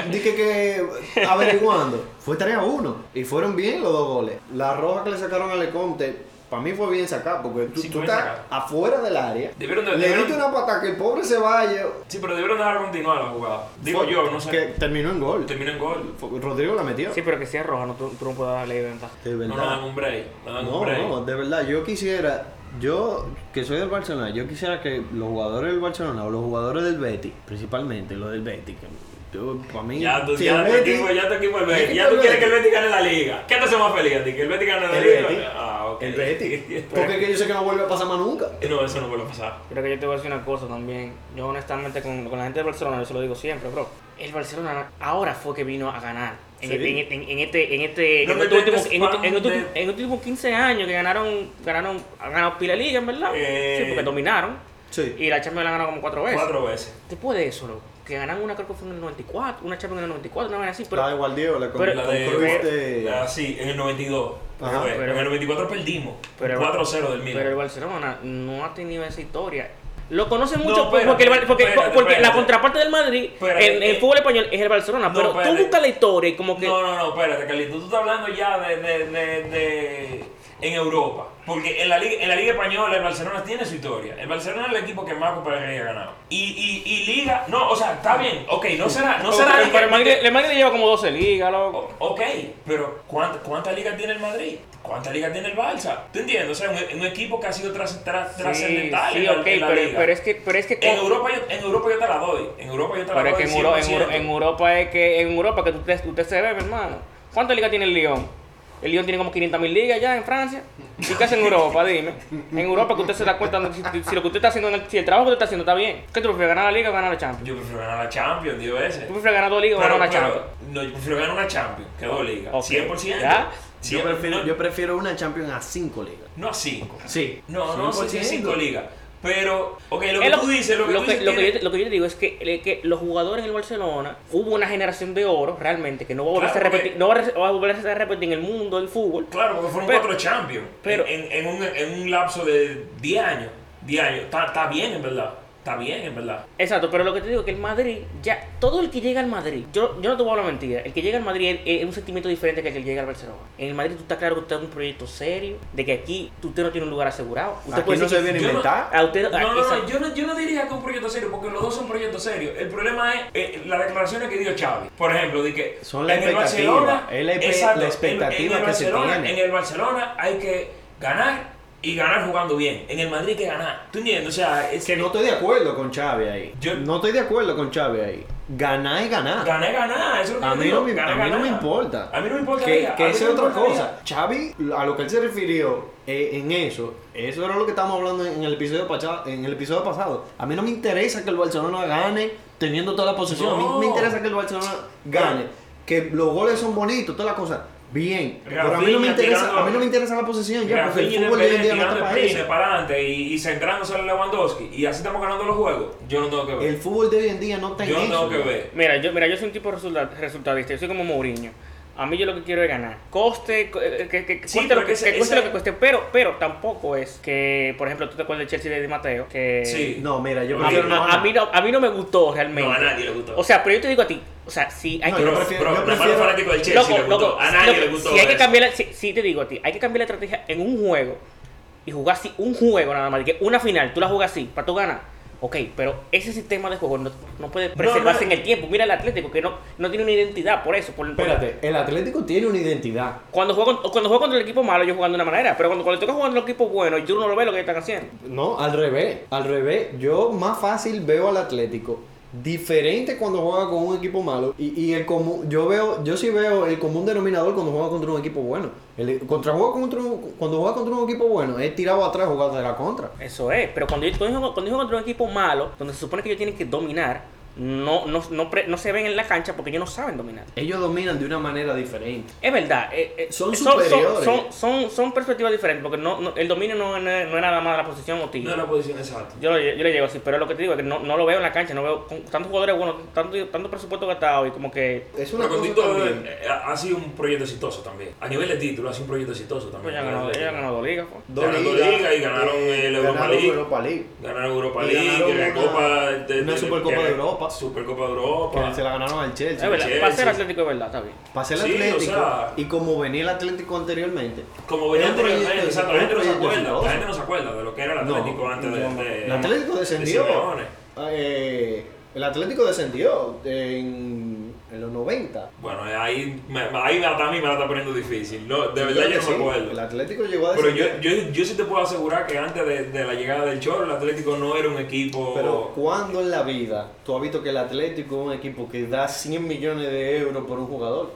[SPEAKER 1] gol. Dije que averiguando. Fue 3 a 1. Y fueron bien los dos goles. La roja que le sacaron a Leconte. Para mí fue bien sacar porque tú,
[SPEAKER 2] Sí,
[SPEAKER 1] tú
[SPEAKER 2] fue bien
[SPEAKER 1] estás
[SPEAKER 2] sacado.
[SPEAKER 1] afuera del área.
[SPEAKER 2] Debieron de-
[SPEAKER 1] le
[SPEAKER 2] debieron-
[SPEAKER 1] diste una patada que el pobre se vaya.
[SPEAKER 2] Sí, pero debieron dejar continuar la jugada. Digo
[SPEAKER 1] Fue-
[SPEAKER 2] yo, no sé.
[SPEAKER 1] Que terminó en gol.
[SPEAKER 2] Termina en gol.
[SPEAKER 1] Rodrigo la metió.
[SPEAKER 3] Sí, pero que si es roja, no, tú, tú no puedes darle ventaja.
[SPEAKER 1] De
[SPEAKER 2] No
[SPEAKER 1] verdad.
[SPEAKER 2] nos dan un break. No dan un
[SPEAKER 1] No,
[SPEAKER 2] break.
[SPEAKER 1] no, de verdad, yo quisiera, yo que soy del Barcelona, yo quisiera que los jugadores del Barcelona o los jugadores del Betis, principalmente los del Betis, que yo, para mí,
[SPEAKER 2] Ya tú,
[SPEAKER 1] si
[SPEAKER 2] ya,
[SPEAKER 1] el
[SPEAKER 2] tu
[SPEAKER 1] Betis-
[SPEAKER 2] equipo, ya tu equipo el Betis.
[SPEAKER 1] equipo
[SPEAKER 2] Ya tú
[SPEAKER 1] el
[SPEAKER 2] quieres que el
[SPEAKER 1] Betis.
[SPEAKER 2] Betis gane la liga. ¿Qué te hace más feliz a ti? ¿Que el Betis gane la
[SPEAKER 1] El
[SPEAKER 2] liga?
[SPEAKER 1] Betis.
[SPEAKER 2] Ah, ok.
[SPEAKER 1] el
[SPEAKER 2] [laughs]
[SPEAKER 1] Betis, porque es que yo sé que no vuelve a pasar más nunca.
[SPEAKER 2] No, eso no puede pasar.
[SPEAKER 3] Creo que yo te voy a decir una cosa también. Yo honestamente con, con la gente de Barcelona, yo se lo digo siempre, bro. El Barcelona ahora fue que vino a ganar. En,
[SPEAKER 1] Sí.
[SPEAKER 3] en- en- en este, en este,
[SPEAKER 2] No
[SPEAKER 3] en
[SPEAKER 2] me
[SPEAKER 3] estos últimos,
[SPEAKER 2] metas
[SPEAKER 3] en estos-
[SPEAKER 2] spam
[SPEAKER 3] en estos-
[SPEAKER 2] de-
[SPEAKER 3] en estos últimos 15 años que ganaron, ganaron, han ganado pila de liga, en verdad.
[SPEAKER 2] Eh.
[SPEAKER 3] Sí, porque dominaron.
[SPEAKER 1] Sí.
[SPEAKER 3] Y la Champions la han ganado como cuatro veces.
[SPEAKER 2] Cuatro veces.
[SPEAKER 3] Después de eso, loco, que ganan una creo que fue en el 94, una Champions en el 94, una vaina así, pero
[SPEAKER 1] la de Guardiola la con,
[SPEAKER 3] pero-
[SPEAKER 2] La
[SPEAKER 1] con
[SPEAKER 2] de.
[SPEAKER 1] Cruyff
[SPEAKER 3] pero-
[SPEAKER 1] de-
[SPEAKER 2] la- sí, en el 92.
[SPEAKER 1] Ajá,
[SPEAKER 2] fue.
[SPEAKER 3] pero-
[SPEAKER 2] en el 94 perdimos.
[SPEAKER 3] pero-
[SPEAKER 2] 4-0 del Milan.
[SPEAKER 3] Pero el Barcelona no ha tenido esa historia. Lo conocen
[SPEAKER 2] No,
[SPEAKER 3] mucho
[SPEAKER 2] espérate,
[SPEAKER 3] porque, el Bar- porque,
[SPEAKER 2] espérate,
[SPEAKER 3] porque
[SPEAKER 2] espérate.
[SPEAKER 3] la contraparte del Madrid
[SPEAKER 2] Espérate,
[SPEAKER 3] en el
[SPEAKER 2] eh.
[SPEAKER 3] fútbol español es el Barcelona.
[SPEAKER 2] No,
[SPEAKER 3] pero tú
[SPEAKER 2] espérate.
[SPEAKER 3] buscas la historia y como que.
[SPEAKER 2] No, no, no, espérate, Carlitos. Tú estás hablando ya de, de, de, de- en Europa. Porque en la, liga, en la Liga Española el Barcelona tiene su historia. El Barcelona es el equipo que más Copa del Rey ha ganado. Y, y, y Liga, no, o sea, está bien. Ok, no será, no
[SPEAKER 3] pero-
[SPEAKER 2] será.
[SPEAKER 3] pero,
[SPEAKER 2] de
[SPEAKER 3] el,
[SPEAKER 2] que-
[SPEAKER 3] Madrid, el Madrid lleva como 12 ligas, loco.
[SPEAKER 2] O- Ok, pero ¿cuántas ligas tiene el Madrid? ¿Cuántas ligas tiene el Barça? ¿Te entiendo? O sea, un, un equipo que ha sido tras- tra-
[SPEAKER 3] sí,
[SPEAKER 2] trascendental
[SPEAKER 3] sí,
[SPEAKER 2] en la,
[SPEAKER 3] ok,
[SPEAKER 2] en la
[SPEAKER 3] pero,
[SPEAKER 2] liga.
[SPEAKER 3] pero es que. Pero es que
[SPEAKER 2] en,
[SPEAKER 3] con-
[SPEAKER 2] Europa yo, en Europa yo te la doy. En Europa yo te la
[SPEAKER 3] pero es que
[SPEAKER 2] doy.
[SPEAKER 3] en, Euro- en,
[SPEAKER 2] 100%.
[SPEAKER 3] Euro- en Europa es que en Europa que usted, usted se ve, mi hermano. ¿Cuántas ligas tiene el Lyon? El Lyon tiene como 500.000 ligas ya en Francia. ¿Y qué hace en Europa? Dime. En Europa que usted se da cuenta de si, si lo que usted está haciendo, en el- si el trabajo que usted está haciendo está bien. ¿Qué tú prefieres, ganar la Liga o ganar la Champions?
[SPEAKER 2] Yo prefiero ganar la Champions, digo ese.
[SPEAKER 3] ¿Tú prefieres ganar dos ligas o ganar
[SPEAKER 2] Pero,
[SPEAKER 3] una
[SPEAKER 2] pero,
[SPEAKER 3] Champions?
[SPEAKER 2] No, yo prefiero ganar una Champions que dos ligas.
[SPEAKER 3] Ok.
[SPEAKER 2] 100%.
[SPEAKER 3] ¿Ya?
[SPEAKER 1] yo,
[SPEAKER 2] Cien-
[SPEAKER 1] prefiero,
[SPEAKER 2] no,
[SPEAKER 1] yo prefiero una Champions a 5 ligas.
[SPEAKER 2] no a cinco.
[SPEAKER 1] Sí.
[SPEAKER 2] No, no, sí, sí,
[SPEAKER 1] 100%.
[SPEAKER 2] cinco ligas. Pero, ok, lo que
[SPEAKER 3] Es
[SPEAKER 2] tú dices, lo que
[SPEAKER 3] lo
[SPEAKER 2] tú
[SPEAKER 3] que-
[SPEAKER 2] dices
[SPEAKER 3] lo que
[SPEAKER 2] tiene-
[SPEAKER 3] yo te- lo que yo te digo es que, eh, que los jugadores en el Barcelona hubo una generación de oro realmente que no va a volver
[SPEAKER 2] Claro,
[SPEAKER 3] a repetir,
[SPEAKER 2] porque-
[SPEAKER 3] no va a re- va a volverse a repetir en el mundo del fútbol.
[SPEAKER 2] Claro, porque fueron
[SPEAKER 3] Pero-
[SPEAKER 2] cuatro Champions.
[SPEAKER 3] pero-
[SPEAKER 2] en, en- en un, en un lapso de 10 años. 10 años. Está, está bien, en verdad. Está bien, en verdad.
[SPEAKER 3] Exacto, pero lo que te digo es que el Madrid, ya, todo el que llega al Madrid, yo, yo no te voy a hablar mentira, el que llega al Madrid es, es un sentimiento diferente que el que llega al Barcelona. En el Madrid tú estás claro que usted es un proyecto serio, de que aquí usted no tiene un lugar asegurado. Usted
[SPEAKER 1] Aquí no
[SPEAKER 3] decir
[SPEAKER 1] se
[SPEAKER 3] que-
[SPEAKER 1] viene a
[SPEAKER 2] yo no-
[SPEAKER 1] inventar.
[SPEAKER 3] a usted,
[SPEAKER 2] No,
[SPEAKER 3] a-
[SPEAKER 2] no, no.
[SPEAKER 3] exacto.
[SPEAKER 2] Yo no, yo no diría que un proyecto serio, porque los dos son proyectos serios. El problema es eh, las declaraciones que dio Xavi. Por ejemplo, de que
[SPEAKER 1] Son la
[SPEAKER 2] en el
[SPEAKER 1] expectativa,
[SPEAKER 2] Barcelona,
[SPEAKER 1] es la espe-
[SPEAKER 2] exacto,
[SPEAKER 1] la expectativa
[SPEAKER 2] en, en el
[SPEAKER 1] que se
[SPEAKER 2] Barcelona-
[SPEAKER 1] tiene.
[SPEAKER 2] En el Barcelona hay que ganar y ganar jugando bien. En el Madrid hay que ganar. ¿Tú entiendes? O sea, es
[SPEAKER 1] Que no estoy de acuerdo con Xavi ahí.
[SPEAKER 2] Yo-
[SPEAKER 1] no estoy de acuerdo con Xavi ahí. Ganar es ganar.
[SPEAKER 2] ganar, ganar. Eso es lo que
[SPEAKER 1] A
[SPEAKER 2] yo
[SPEAKER 1] mí,
[SPEAKER 2] digo,
[SPEAKER 1] no me,
[SPEAKER 2] ganar,
[SPEAKER 1] a mí no me
[SPEAKER 2] ganar.
[SPEAKER 1] importa.
[SPEAKER 2] A mí no me importa.
[SPEAKER 1] Que,
[SPEAKER 2] diga,
[SPEAKER 1] que
[SPEAKER 2] a mí
[SPEAKER 1] eso
[SPEAKER 2] no
[SPEAKER 1] es
[SPEAKER 2] me
[SPEAKER 1] otra
[SPEAKER 2] importa, diga.
[SPEAKER 1] cosa. Xavi, a lo que él se refirió eh, en eso, eso era lo que estábamos hablando en el episodio pacha- en el episodio pasado. A mí no me interesa que el Barcelona gane teniendo toda la posición. A mí
[SPEAKER 2] No.
[SPEAKER 1] me interesa que el Barcelona gane. Que los goles son bonitos, toda la cosa. Bien. pero a mí no me
[SPEAKER 2] Rafinha
[SPEAKER 1] interesa,
[SPEAKER 2] tirando-
[SPEAKER 1] a mí no me interesa la posesión ya, porque
[SPEAKER 2] Rafinha
[SPEAKER 1] el
[SPEAKER 2] y
[SPEAKER 1] fútbol hoy en
[SPEAKER 2] Dembélé
[SPEAKER 1] día no
[SPEAKER 2] tirando
[SPEAKER 1] está para
[SPEAKER 2] el
[SPEAKER 1] eso.
[SPEAKER 2] peine para adelante y, y centrándose en Lewandowski y así estamos ganando los juegos, yo no tengo que ver.
[SPEAKER 1] El fútbol de hoy en día no está en
[SPEAKER 2] yo no
[SPEAKER 1] eso.
[SPEAKER 2] tengo que ver.
[SPEAKER 3] Mira, yo, mira, yo soy un tipo resulta- resultadista, yo soy como Mourinho. A mí yo lo que quiero es ganar. Coste, co- eh, que, que- que
[SPEAKER 2] Sí,
[SPEAKER 3] cueste, lo
[SPEAKER 2] pero
[SPEAKER 3] que,
[SPEAKER 2] ese-
[SPEAKER 3] que cueste
[SPEAKER 2] ese-
[SPEAKER 3] lo que cueste, pero, pero tampoco es que, por ejemplo, tú te acuerdas de Chelsea de Di Mateo, que
[SPEAKER 2] Sí.
[SPEAKER 1] No, mira, yo
[SPEAKER 2] A
[SPEAKER 3] a, mí,
[SPEAKER 1] prefiero no
[SPEAKER 3] a- a
[SPEAKER 1] ganar.
[SPEAKER 3] mí no, a mí no me gustó realmente.
[SPEAKER 2] No, a nadie le gustó.
[SPEAKER 3] O sea, pero yo te digo a ti, o sea, si hay
[SPEAKER 1] No,
[SPEAKER 3] que...
[SPEAKER 1] yo
[SPEAKER 2] Bro,
[SPEAKER 1] prefiero-
[SPEAKER 2] bro,
[SPEAKER 1] yo
[SPEAKER 2] nada más
[SPEAKER 1] prefiero-
[SPEAKER 2] los fanáticos del Chelsea le gustó.
[SPEAKER 3] loco,
[SPEAKER 2] a nadie
[SPEAKER 3] loco,
[SPEAKER 2] le gustó.
[SPEAKER 3] Si hay que
[SPEAKER 2] eso.
[SPEAKER 3] cambiar, la- si, si te digo a ti, hay que cambiar la estrategia en un juego y jugar así un juego nada más, que una final, tú la jugas así, para tú ganar. Ok, pero ese sistema de juego no, no puede preservarse
[SPEAKER 2] no.
[SPEAKER 3] en el tiempo. Mira el Atlético, que no, no tiene una identidad por eso. Por, por-
[SPEAKER 1] Espérate, el Atlético tiene una identidad.
[SPEAKER 3] Cuando juego, con- cuando juego contra el equipo malo, yo jugando de una manera. Pero cuando, cuando toca jugar contra el equipo bueno, yo no lo veo lo que están haciendo.
[SPEAKER 1] No, al revés. Al revés, yo más fácil veo al Atlético diferente cuando juega con un equipo malo y, y el común yo veo yo sí veo el común denominador cuando juega contra un equipo bueno el contra juega contra un- cuando juega contra un equipo bueno es tirado atrás jugando de la contra
[SPEAKER 3] Eso es, pero cuando yo, cuando yo juego- cuando yo juego contra un equipo malo, donde se supone que ellos tienen que dominar, no, no, no, pre- no se ven en la cancha porque ellos no saben dominar.
[SPEAKER 1] ellos dominan de una manera diferente
[SPEAKER 3] Es verdad, eh, eh,
[SPEAKER 1] Son superiores.
[SPEAKER 3] Son, son- son perspectivas diferentes, porque no, no- el dominio no, no es no es nada más la posición o tiro.
[SPEAKER 2] No es la posición exacta.
[SPEAKER 3] Yo, lo- yo le llego así, pero lo que te digo es que no, no lo veo en la cancha, no veo con tantos jugadores buenos, tanto, tanto presupuesto gastado y como que...
[SPEAKER 1] es una
[SPEAKER 2] Pero
[SPEAKER 1] cosa
[SPEAKER 2] Condito
[SPEAKER 1] también.
[SPEAKER 2] eh, ha ha sido un proyecto exitoso también. A nivel de título, ha sido un proyecto exitoso
[SPEAKER 3] Pues
[SPEAKER 2] también.
[SPEAKER 3] ya ganó, ya ganó dos ligas, pues.
[SPEAKER 2] Ganaron dos ligas y ganaron el Europa
[SPEAKER 1] ganaron
[SPEAKER 2] League.
[SPEAKER 1] Europa League.
[SPEAKER 2] Ganaron Europa
[SPEAKER 1] Y
[SPEAKER 2] League,
[SPEAKER 1] ganaron
[SPEAKER 2] la
[SPEAKER 1] una-
[SPEAKER 2] Copa de,
[SPEAKER 1] una
[SPEAKER 2] de-
[SPEAKER 1] Supercopa de Europa.
[SPEAKER 2] Supercopa de
[SPEAKER 1] Que
[SPEAKER 2] Europa.
[SPEAKER 1] se la ganaron al Chelsea.
[SPEAKER 3] Es verdad,
[SPEAKER 2] Chelsea.
[SPEAKER 3] para ser atlético es verdad, está bien.
[SPEAKER 1] Pasé el
[SPEAKER 2] Sí, o
[SPEAKER 1] Atlético
[SPEAKER 2] sea-
[SPEAKER 1] y como venía el Atlético anteriormente.
[SPEAKER 2] Como venía
[SPEAKER 1] Es un proyecto
[SPEAKER 2] anteriormente, exacto, la gente no se
[SPEAKER 1] exitoso.
[SPEAKER 2] acuerda. La gente no se acuerda de lo que era el
[SPEAKER 1] No,
[SPEAKER 2] Atlético antes de,
[SPEAKER 1] no.
[SPEAKER 2] de-
[SPEAKER 1] el Atlético
[SPEAKER 2] de
[SPEAKER 1] descendió.
[SPEAKER 2] Simeone.
[SPEAKER 1] Eh, el Atlético descendió en, en los 90.
[SPEAKER 2] Bueno, ahí, me, ahí me, a mí me la está poniendo difícil. No, de
[SPEAKER 1] Creo
[SPEAKER 2] verdad
[SPEAKER 1] que
[SPEAKER 2] yo no
[SPEAKER 1] sí,
[SPEAKER 2] me acuerdo.
[SPEAKER 1] El Atlético llegó a
[SPEAKER 2] Pero yo,
[SPEAKER 1] descender.
[SPEAKER 2] yo, yo sí te puedo asegurar que antes de, de la llegada del Cholo, el Atlético no era un equipo.
[SPEAKER 1] Pero ¿cuándo en la vida tú has visto que el Atlético es un equipo que da 100 millones de euros por un jugador?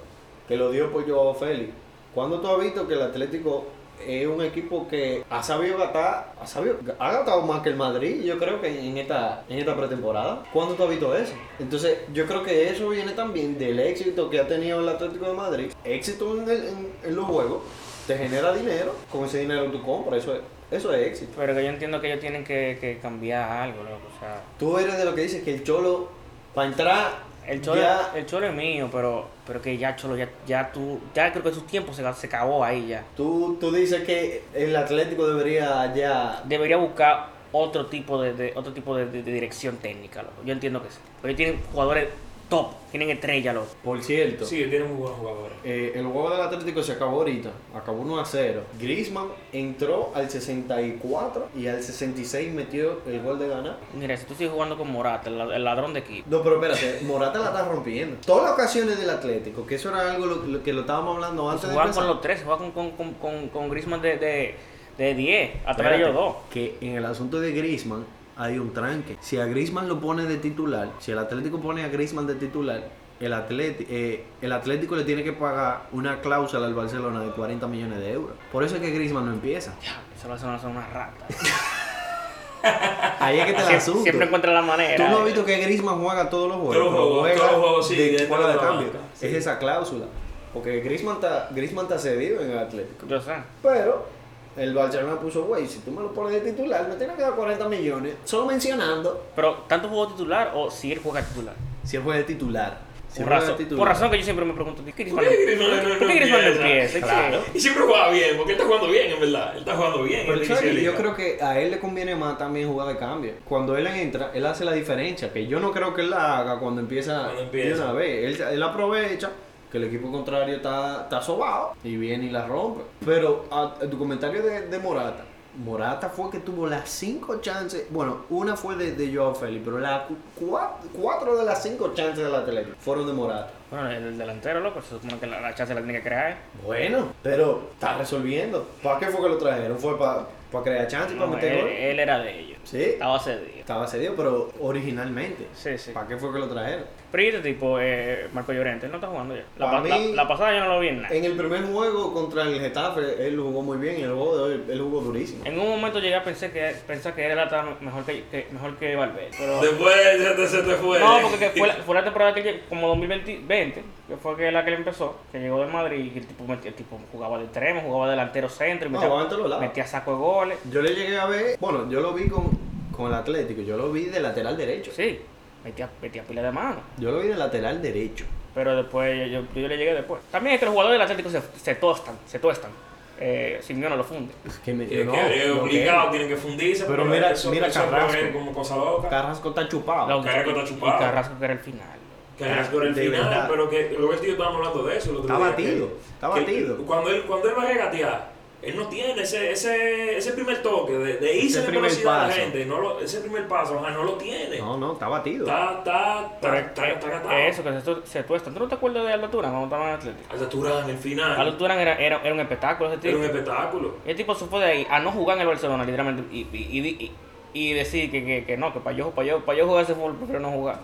[SPEAKER 1] Que lo dio por Joao Félix. ¿Cuándo tú has visto que el Atlético es un equipo que ha sabido gastar, ha, sabido, ha gastado más que el Madrid, yo creo que en esta, en esta pretemporada? ¿Cuándo tú has visto eso? Entonces, yo creo que eso viene también del éxito que ha tenido el Atlético de Madrid. Éxito en, el- en- en los juegos, te genera dinero, con ese dinero tú compras, eso es, eso es éxito.
[SPEAKER 3] Pero que yo entiendo que ellos tienen que, que cambiar algo, loco, o sea...
[SPEAKER 1] Tú eres de lo que dices que el cholo, para entrar,
[SPEAKER 3] El cholo,
[SPEAKER 1] ya-
[SPEAKER 3] el cholo es mío, pero, pero que ya cholo, ya, ya tú, ya creo que su tiempo se, se acabó ahí ya.
[SPEAKER 1] tú, tú dices que el Atlético debería ya...
[SPEAKER 3] Debería buscar otro tipo de, de- otro tipo de, de- de dirección técnica, loco. Yo entiendo que sí. Pero ellos tienen jugadores top, tienen estrellas, loco.
[SPEAKER 1] Por cierto,
[SPEAKER 2] Sí, tiene muy buenos jugadores.
[SPEAKER 1] eh, el juego del Atlético se acabó ahorita, acabó 1 a 0. Griezmann entró al 64 y al 66 metió el gol de ganar.
[SPEAKER 3] Mira, si tú sigues jugando con Morata, el, el ladrón de equipo.
[SPEAKER 1] No, pero [laughs] espérate, Morata la está rompiendo. Todas las ocasiones del Atlético, que eso era algo lo, lo que lo estábamos hablando antes de
[SPEAKER 3] pues, Juegan con
[SPEAKER 1] empezar.
[SPEAKER 3] los tres, juegan con, con, con, con, con Griezmann de, de, de 10, atrás de
[SPEAKER 1] Espérate,
[SPEAKER 3] ellos dos.
[SPEAKER 1] Que en el asunto de Griezmann hay un tranque. Si a Griezmann lo pone de titular, si el Atlético pone a Griezmann de titular, el, Atleti- eh, el Atlético le tiene que pagar una cláusula al Barcelona de 40 millones de euros. Por eso es que Griezmann no empieza.
[SPEAKER 3] Eso lo son una
[SPEAKER 1] [laughs]
[SPEAKER 3] rata.
[SPEAKER 1] Ahí es que está el
[SPEAKER 3] [laughs] Siempre,
[SPEAKER 1] asunto.
[SPEAKER 3] siempre encuentra la manera.
[SPEAKER 1] Tú no has visto que Griezmann juega todos los juegos.
[SPEAKER 2] Todos los
[SPEAKER 1] pero
[SPEAKER 2] juegos,
[SPEAKER 1] juega
[SPEAKER 2] todos los juegos, sí,
[SPEAKER 1] de
[SPEAKER 2] dentro
[SPEAKER 1] fuera
[SPEAKER 2] de
[SPEAKER 1] de
[SPEAKER 2] la
[SPEAKER 1] cambio.
[SPEAKER 2] banca,
[SPEAKER 1] Es
[SPEAKER 2] sí.
[SPEAKER 1] esa cláusula. Porque Griezmann está, Griezmann está cedido en el Atlético.
[SPEAKER 3] Yo sé.
[SPEAKER 1] Pero el Barcelona puso, güey, si tú me lo pones de titular, me tienes que dar 40 millones. Solo mencionando.
[SPEAKER 3] Pero, ¿tanto jugó titular o si él juega titular?
[SPEAKER 1] Si él juega de titular. Si él
[SPEAKER 3] Por
[SPEAKER 1] juega
[SPEAKER 3] razón,
[SPEAKER 1] de titular.
[SPEAKER 3] por razón que yo siempre me pregunto, ¿por qué Griezmann
[SPEAKER 2] ¿Por qué Griezmann no-
[SPEAKER 3] no-
[SPEAKER 2] no
[SPEAKER 3] por qué Griezmann no
[SPEAKER 2] empieza?
[SPEAKER 3] empieza?
[SPEAKER 1] Claro.
[SPEAKER 2] Y siempre juega bien, porque él está jugando bien, en verdad. Él está jugando bien.
[SPEAKER 1] Pero,
[SPEAKER 2] en el
[SPEAKER 1] ¿sabes?
[SPEAKER 2] inicio de
[SPEAKER 1] yo
[SPEAKER 2] liga.
[SPEAKER 1] creo que a él le conviene más también jugar de cambio. Cuando él entra, él hace la diferencia. Que yo no creo que él la haga cuando empieza,
[SPEAKER 2] Cuando empieza.
[SPEAKER 1] de una vez. Él, él aprovecha que el equipo contrario está, está sobado y viene y la rompe. Pero a, a tu comentario de, de Morata. Morata fue que tuvo las cinco chances. Bueno, una fue de, de Joao Félix, pero las cu- cua- cuatro de las cinco chances del Atlético fueron de Morata.
[SPEAKER 3] Bueno, el delantero, loco, se supone que la, la chance la tiene que crear. él.
[SPEAKER 1] Bueno, pero está resolviendo. ¿Para qué fue que lo trajeron? ¿Fue para crear chances, para
[SPEAKER 3] No,
[SPEAKER 1] meter
[SPEAKER 2] eh,
[SPEAKER 3] él,
[SPEAKER 1] gol?
[SPEAKER 3] él era de ellos.
[SPEAKER 1] Sí.
[SPEAKER 3] Estaba cedido.
[SPEAKER 1] Estaba cedido, pero originalmente.
[SPEAKER 3] Sí, sí.
[SPEAKER 1] ¿Para qué fue que lo trajeron?
[SPEAKER 3] Pero y este tipo, eh, Marco Llorente, él no está jugando ya. La,
[SPEAKER 1] Para
[SPEAKER 3] pa- la-
[SPEAKER 1] mí-
[SPEAKER 3] la pasada yo no lo vi en nada. En,
[SPEAKER 1] En el primer juego contra el Getafe, él jugó muy bien. En el juego de hoy, él jugó durísimo.
[SPEAKER 3] un momento llegué a pensar que, pensar que él era tan- mejor que, que- mejor que Valverde. Pero...
[SPEAKER 2] Después se te, se te fue.
[SPEAKER 3] No, porque que fue, la, fue la temporada que lle- como 2020, 20, que fue que la que él empezó, que llegó del Madrid y el tipo, metía- el tipo jugaba de extremo, jugaba delantero centro, y
[SPEAKER 1] No,
[SPEAKER 3] metía,
[SPEAKER 1] jugaba en todos lados.
[SPEAKER 3] metía saco de goles.
[SPEAKER 1] Yo le llegué a ver. Bueno, yo lo vi con, con el Atlético. Yo lo vi de lateral derecho.
[SPEAKER 3] Sí, metía, metía pila de mano.
[SPEAKER 1] Yo lo vi de lateral derecho.
[SPEAKER 3] Pero después yo, yo- yo le llegué después. También es que los jugadores del Atlético se, se tostan, se tuestan. Eh, Simeone lo funde.
[SPEAKER 1] Que me,
[SPEAKER 2] Tiene
[SPEAKER 1] no,
[SPEAKER 2] [laughs] que- es
[SPEAKER 1] lo que-
[SPEAKER 2] obligado, tienen que fundirse.
[SPEAKER 1] Pero mira-
[SPEAKER 2] eso-
[SPEAKER 1] mira
[SPEAKER 2] eso es
[SPEAKER 1] Carrasco.
[SPEAKER 2] ver como cosa loca.
[SPEAKER 1] Carrasco está chupado.
[SPEAKER 3] Los-
[SPEAKER 2] Carrasco está chupado.
[SPEAKER 3] Y Carrasco que era el final.
[SPEAKER 2] Carrasco era el
[SPEAKER 1] De
[SPEAKER 2] final,
[SPEAKER 1] verdad.
[SPEAKER 2] pero que luego el tío estábamos hablando de eso. el otro
[SPEAKER 1] Está
[SPEAKER 2] día, que-
[SPEAKER 1] batido, está
[SPEAKER 2] que
[SPEAKER 1] batido.
[SPEAKER 2] Cuando él, cuando él va a regatear, Él no tiene ese, ese, ese primer toque de, de irse
[SPEAKER 1] Ese
[SPEAKER 2] de
[SPEAKER 1] primer
[SPEAKER 2] velocidad a la
[SPEAKER 1] paso.
[SPEAKER 2] gente. No lo- ese primer paso, ajá, no lo tiene.
[SPEAKER 1] No, no, está batido.
[SPEAKER 2] Está, está,
[SPEAKER 3] Pero
[SPEAKER 2] está,
[SPEAKER 3] es
[SPEAKER 2] está, está catado.
[SPEAKER 3] que- eso, que se, tu- se tuestan. ¿Tú no te acuerdas de Aldo Turán cuando estaba en Atlético?
[SPEAKER 2] Alta altura en el
[SPEAKER 3] Aldo
[SPEAKER 2] final.
[SPEAKER 3] Turán era, era, era un espectáculo ese
[SPEAKER 2] Era
[SPEAKER 3] tipo.
[SPEAKER 2] un espectáculo.
[SPEAKER 3] El tipo se fue de ahí a no jugar en el Barcelona, literalmente. Y, y, y- y- y decir que, que, que no, que para yo, para yo, para yo jugar ese fútbol prefiero no jugar.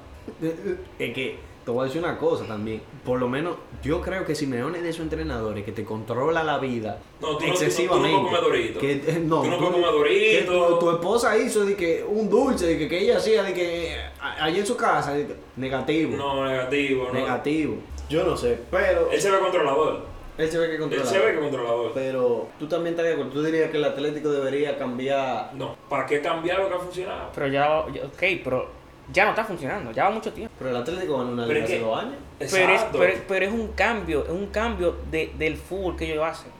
[SPEAKER 1] Es que te voy a decir una cosa también. Por lo menos yo creo que Simeone es de esos entrenadores que te controla la vida
[SPEAKER 2] No, tú no-
[SPEAKER 1] excesivamente.
[SPEAKER 2] tú no puedes comer Doritos.
[SPEAKER 1] Que, eh, no,
[SPEAKER 2] Tú no puedes comer Doritos.
[SPEAKER 1] que tu, tu esposa hizo de que un dulce, de que, que ella hacía, de que eh, a- allí en su casa, de que- negativo.
[SPEAKER 2] No, negativo. No.
[SPEAKER 1] negativo. Yo no sé, pero
[SPEAKER 2] Él se ve controlador.
[SPEAKER 1] él se ve que
[SPEAKER 2] Él
[SPEAKER 1] controla.
[SPEAKER 2] se ve que controlador.
[SPEAKER 1] Pero tú también estás de acuerdo. Tú dirías que el Atlético debería cambiar
[SPEAKER 2] No. ¿Para qué cambiar lo que ha funcionado?
[SPEAKER 3] Pero ya, ya- ok, pero ya no está funcionando, ya va mucho tiempo.
[SPEAKER 1] Pero el Atlético ganó una
[SPEAKER 2] Pero
[SPEAKER 1] liga
[SPEAKER 2] es
[SPEAKER 1] hace
[SPEAKER 2] que-
[SPEAKER 1] dos años.
[SPEAKER 3] Pero es,
[SPEAKER 2] Exacto.
[SPEAKER 3] pero, es- pero es un cambio, es un cambio de, del fútbol que ellos hacen.